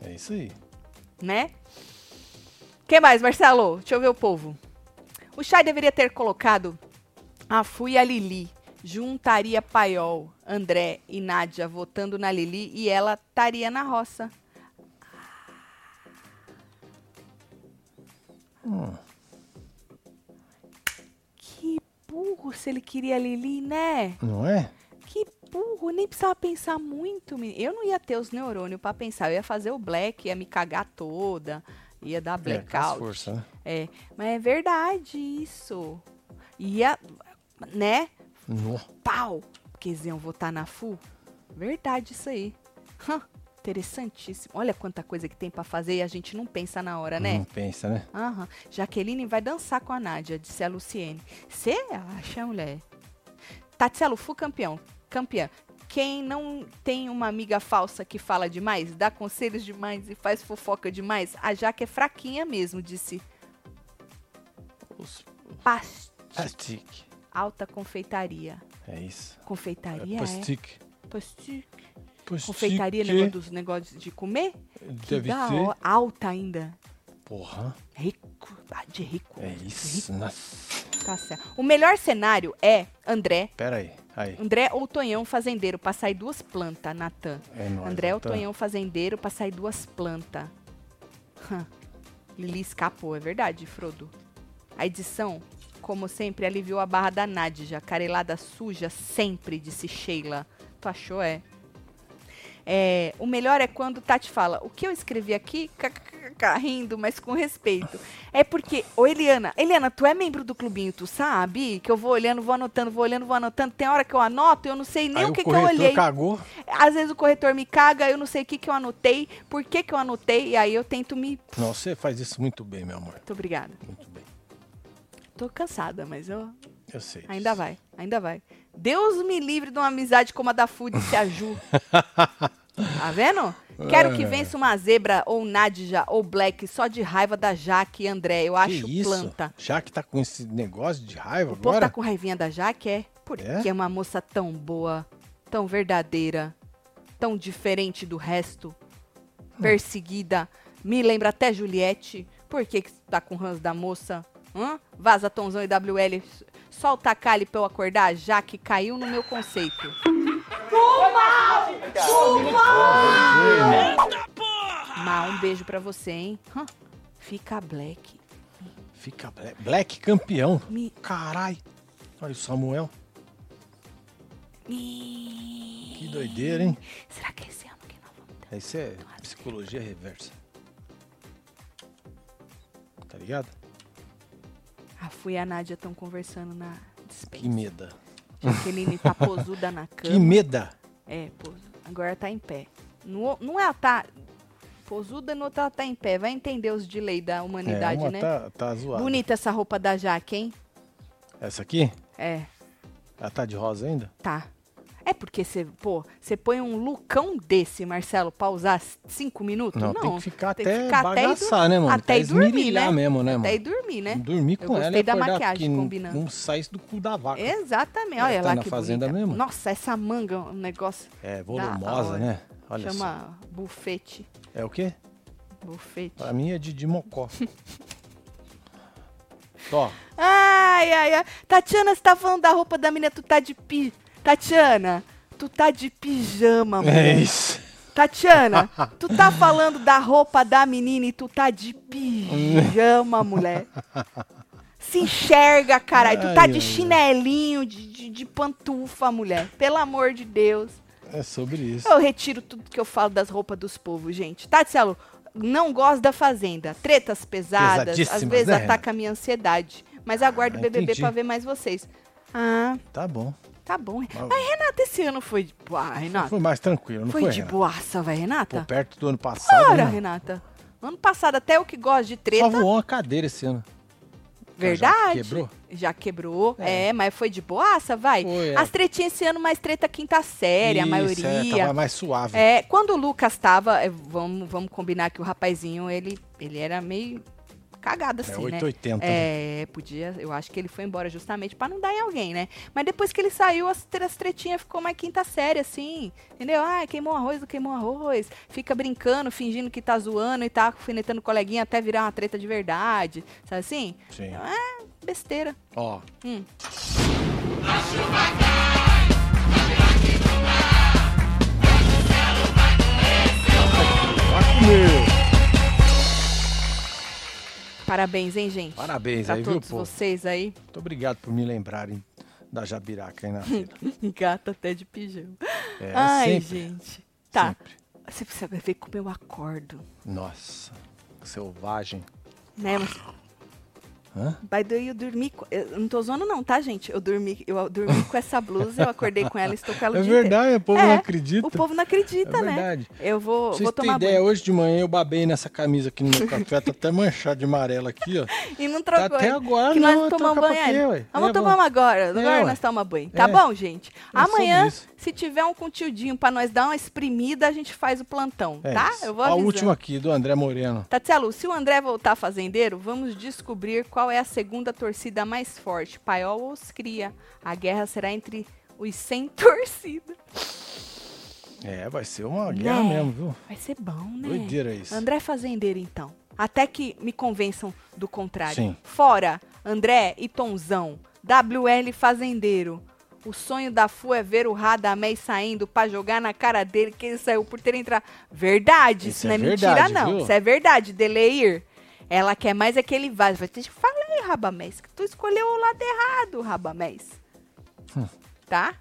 S2: É isso aí.
S1: né? que mais, Marcelo? Deixa eu ver o povo. O Chay deveria ter colocado a Fu e a Lili. Juntaria Paiol, André e Nádia votando na Lili e ela estaria na roça. Que burro se ele queria a Lili, né?
S2: Não é?
S1: Que burro, nem precisava pensar muito, menino. Eu não ia ter os neurônios pra pensar, eu ia fazer o black, ia me cagar toda, Ia dar
S2: É, faz
S1: blackout.
S2: força, né?
S1: É, mas é verdade isso. Ia, né?
S2: Nó.
S1: Pau! Porque eles iam votar na FU. Verdade isso aí. Hã, interessantíssimo. Olha quanta coisa que tem pra fazer e a gente não pensa na hora, né?
S2: Não pensa, né?
S1: Aham. Jaqueline vai dançar com a Nádia, disse a Luciene. Você acha, mulher? Tatielo, Fu campeão. Campeã. Quem não tem uma amiga falsa que fala demais, dá conselhos demais e faz fofoca demais, a Jaque é fraquinha mesmo, disse
S2: Os
S1: Past.
S2: pastique.
S1: Alta confeitaria.
S2: É isso.
S1: Confeitaria
S2: É
S1: é?
S2: pastique.
S1: Pastique.
S2: Pastique.
S1: Confeitaria é negócio dos negócios de comer? Que
S2: Deve
S1: da
S2: ser.
S1: hora. Alta ainda.
S2: Porra.
S1: Rico. Ah, de rico.
S2: É isso. Nossa.
S1: Tá certo. O melhor cenário é André
S2: Pera aí. Aí.
S1: André ou Tonhão fazendeiro pra sair duas plantas, Natan.
S2: É nóis,
S1: André ou
S2: Natan.
S1: Tonhão fazendeiro pra sair duas plantas. Lili escapou, é verdade, Frodo. A edição, como sempre, aliviou a barra da Nadja. Carelada suja sempre, disse Sheila. Tu achou, é? É, o melhor é quando Tati fala, o que eu escrevi aqui, kkkk, rindo, mas com respeito. É porque, ô Eliana, Eliana, tu é membro do clubinho, tu sabe? Que eu vou olhando, vou anotando, vou olhando, vou anotando. Tem hora que eu anoto, eu não sei nem
S2: aí
S1: o que, que eu
S2: corretor
S1: olhei.
S2: cagou.
S1: Às vezes o corretor me caga, eu não sei o que, que eu anotei, por que, que eu anotei, e aí eu tento me.
S2: Não, você faz isso muito bem, meu amor.
S1: Muito obrigada.
S2: Muito bem.
S1: Tô cansada, mas eu.
S2: Eu sei.
S1: Ainda vai, ainda vai. Deus me livre de uma amizade como a da Fu, disse a Ju. Tá vendo? Quero
S2: É.
S1: que vença uma zebra ou um Nadja ou Black só de raiva da Jaque e André. Eu acho
S2: que isso?
S1: planta.
S2: Já que tá com esse negócio de raiva
S1: O povo
S2: agora.
S1: tá com raivinha da Jaque, é? Por
S2: É?
S1: que é uma moça tão boa, tão verdadeira, tão diferente do resto?
S2: Ah.
S1: Perseguida. Me lembra até Juliette. Por que, que tá com ranço da moça? Hã? Vaza Tonzão e WL. Solta a Kali pra eu acordar, já que caiu no meu conceito. Má, um beijo pra você, hein? Hã? Fica black.
S2: Fica Black, Black campeão.
S1: Me-
S2: Carai. Olha o Samuel. Que doideira, hein?
S1: Será que é esse ano que não vamos ter?
S2: Isso é psicologia reversa. Tá ligado?
S1: A Fu Ah, e a Nádia estão conversando na
S2: Que
S1: despensa.
S2: meda.
S1: Jaqueline tá posuda na
S2: Que
S1: cama.
S2: meda.
S1: É, posuda. Agora tá em pé. No, não ela tá posuda, no outro ela tá em pé. Vai entender os delay da
S2: É,
S1: humanidade,
S2: uma
S1: né?
S2: tá, tá zoada.
S1: Bonita essa roupa da Jaque, hein?
S2: Essa aqui?
S1: É,
S2: Ela tá de rosa ainda?
S1: tá. É porque você, pô, você põe um lucão desse, Marcelo, pra usar s- cinco minutos? Não,
S2: tem que ficar
S1: tem que
S2: até
S1: ficar até ir
S2: bagaçar, né, mano?
S1: até ir dormir,
S2: esmirilhar
S1: né?
S2: mesmo, né,
S1: Até ir
S2: mano?
S1: dormir, né?
S2: Dormir
S1: Eu
S2: com ela
S1: gostei
S2: e
S1: da
S2: acordar,
S1: maquiagem
S2: porque não-
S1: combinando. É?
S2: Não sai isso do cu da vaca.
S1: Exatamente.
S2: Ela
S1: Olha
S2: tá
S1: lá
S2: na
S1: que
S2: fazenda
S1: bonita.
S2: mesmo.
S1: Nossa, essa manga, é um negócio
S2: É,
S1: Da
S2: volumosa,
S1: hora.
S2: né? Olha só.
S1: chama bufete.
S2: É o quê?
S1: Bufete.
S2: Pra mim é de, de mocó. Ó,
S1: Ai, ai, ai. Tatiana, você tá falando da roupa da menina, tu tá de pi... Tatiana, tu tá de pijama,
S2: é
S1: mulher.
S2: isso.
S1: Tatiana, tu tá falando da roupa da menina e tu tá de pijama, mulher. Se enxerga, caralho. Tu tá
S2: Ai,
S1: de
S2: ai,
S1: chinelinho, de, de, de pantufa, mulher. Pelo amor de Deus.
S2: É sobre isso.
S1: Eu retiro tudo que eu falo das roupas dos povos, gente. Tatielo, não gosto da Fazenda. Tretas pesadas, às
S2: Pesadíssimas,
S1: vezes
S2: né,
S1: ataca a minha ansiedade. Mas aguardo
S2: Ah,
S1: o BBB
S2: entendi.
S1: pra ver mais vocês. Ah,
S2: Tá bom.
S1: tá bom. Mas Renata, esse ano foi... de- Ah, Renata,
S2: Foi mais tranquilo, não
S1: foi,
S2: foi?
S1: de
S2: Renan?
S1: boaça, vai,
S2: Pô,
S1: Renata?
S2: perto do ano passado.
S1: Para,
S2: né?
S1: Renata. Ano passado, até eu que gosto de
S2: Só
S1: treta,
S2: voou uma cadeira esse ano.
S1: verdade.
S2: Já quebrou?
S1: Já quebrou, é. mas foi de boaça, vai.
S2: Foi, é.
S1: As tretinhas esse ano, mais treta quinta série, a
S2: Isso, É,
S1: maioria.
S2: tava mais suave.
S1: É, quando o Lucas tava, é, vamos, vamos combinar que o rapazinho, ele, ele era meio cagado assim,
S2: É
S1: né?
S2: 880. né?
S1: É, podia, eu acho que ele foi embora justamente pra não dar em alguém, né? Mas depois que ele saiu, as, tre- as tretinhas ficou mais quinta série, assim, entendeu? Ah, queimou arroz, não queimou arroz, fica brincando, fingindo que tá zoando e tá alfinetando o coleguinha até virar uma treta de verdade, sabe assim?
S2: Sim.
S1: Besteira.
S2: Ó.
S1: Hum.
S2: Vai comer.
S1: Parabéns, hein, gente?
S2: Parabéns
S1: pra
S2: aí, viu,
S1: todos
S2: pô?
S1: vocês aí.
S2: Muito obrigado por me lembrarem da Jabiraca aí na vida.
S1: Gata até de pijama.
S2: É,
S1: Ai,
S2: sempre.
S1: gente. Tá.
S2: Sempre.
S1: Você precisa ver como eu acordo.
S2: Nossa. Selvagem.
S1: Né, mas...
S2: Hã?
S1: By the way, eu dormi. co- Eu não tô zoando, não, tá, gente? Eu dormi, eu dormi com essa blusa, eu acordei com ela e estou com ela o
S2: É
S1: dia inteiro.
S2: verdade, o povo não acredita.
S1: O povo não acredita,
S2: É
S1: né?
S2: verdade.
S1: Eu vou,
S2: Pra
S1: vou
S2: vocês terem
S1: tomar
S2: ideia,
S1: banho.
S2: hoje de manhã eu babei nessa camisa aqui no meu café, tá até manchado de amarelo aqui, ó.
S1: E não
S2: Tá
S1: trocou.
S2: até
S1: ainda.
S2: agora,
S1: que
S2: não,
S1: nós
S2: eu
S1: tomamos
S2: trocar
S1: banho
S2: pra quê,
S1: ainda.
S2: ué?
S1: Vamos
S2: É,
S1: tomar
S2: bom.
S1: agora. Agora
S2: ué.
S1: nós tomamos banho. Tá
S2: É.
S1: bom, gente?
S2: É sobre
S1: Amanhã,
S2: isso.
S1: se tiver um contildinho pra nós dar uma espremida, a gente faz o plantão,
S2: É
S1: tá?
S2: isso.
S1: Eu vou
S2: A
S1: avisando.
S2: última aqui, do André Moreno.
S1: Tatielo, se o André voltar fazendeiro, vamos descobrir qual é a segunda torcida mais forte, paiol ou os cria. A guerra será entre os sem torcida.
S2: É, vai ser uma guerra
S1: Né?
S2: mesmo, viu?
S1: Vai ser bom, né?
S2: Doideira isso.
S1: André fazendeiro, então. Até que me convençam do contrário.
S2: Sim.
S1: Fora, André e Tonzão. WL fazendeiro. O sonho da Fu é ver o Radamés saindo pra jogar na cara dele que ele saiu por ter entrado. Verdade, isso,
S2: Isso
S1: não é,
S2: é verdade,
S1: mentira, não.
S2: viu?
S1: Isso é verdade, Deleir. Ela quer mais é que ele vá. Vai ter que falar aí, Rabamés, que tu escolheu o lado errado, Rabamés.
S2: Hum.
S1: Tá?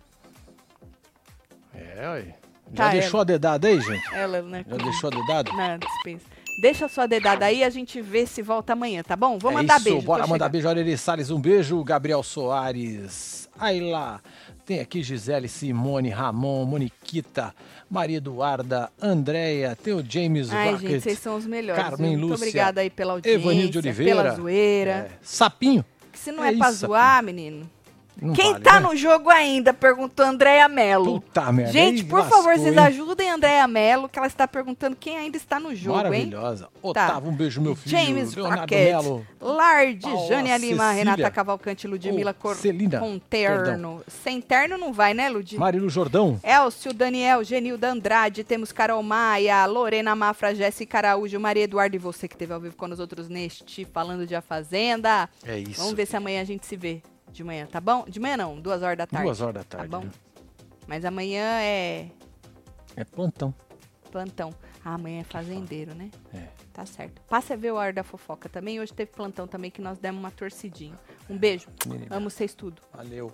S2: É, aí. Já
S1: Tá,
S2: deixou a dedada aí, gente?
S1: Ela, né?
S2: Já deixou a dedada?
S1: Na dispensa. Deixa sua dedada aí, a gente vê se volta amanhã, tá bom? Vou
S2: é
S1: mandar
S2: isso,
S1: beijo.
S2: Bora
S1: tô
S2: mandar
S1: chegando.
S2: beijo. Aureli Salles, um beijo. Gabriel Soares. Aí lá. Tem aqui Gisele, Simone, Ramon, Moniquita, Maria Eduarda, Andréia, tem o James
S1: Ai,
S2: Rocket,
S1: gente, vocês são os melhores.
S2: Carmen
S1: viu? Muito
S2: Lúcia,
S1: obrigada aí pela audiência,
S2: Evanildo de Oliveira.
S1: pela zoeira.
S2: É, Sapinho.
S1: Que se não
S2: É
S1: é, pra
S2: isso,
S1: zoar, menino.
S2: Não
S1: Quem
S2: vale,
S1: tá
S2: né?
S1: no jogo ainda? Perguntou Andréia Mello.
S2: Puta merda,
S1: Gente,
S2: aí
S1: por
S2: lascou,
S1: favor, vocês
S2: hein?
S1: ajudem a Andréia Mello, que ela está perguntando quem ainda está no jogo, hein? Tá.
S2: Maravilhosa. Otávio, um beijo, meu filho.
S1: James
S2: Leonardo
S1: Rocket,
S2: Melo.
S1: Lard,
S2: Paula,
S1: Jânia Lima,
S2: Cecília.
S1: Renata Cavalcante, Ludmila
S2: Ô,
S1: Cor
S2: Celina,
S1: Conterno. Sem terno não vai, né, Lud?
S2: Marilu Jordão.
S1: Elcio, Daniel, Genilda Andrade, temos Carol Maia, Lorena Mafra, Jéssica Araújo, Maria Eduarda e você que esteve ao vivo com nós outros neste Falando de A Fazenda.
S2: É isso.
S1: Vamos ver se amanhã a gente se vê de manhã, tá bom? De manhã não, duas horas da tarde.
S2: Duas horas da tarde,
S1: Tá bom?
S2: né?
S1: Mas amanhã é
S2: É plantão.
S1: plantão. Ah, amanhã é fazendeiro, né?
S2: É.
S1: Tá certo. Passa a ver o Hora da Fofoca também. Hoje teve plantão também que nós demos uma torcidinha. Um beijo.
S2: Menina.
S1: Amo vocês tudo.
S2: Valeu.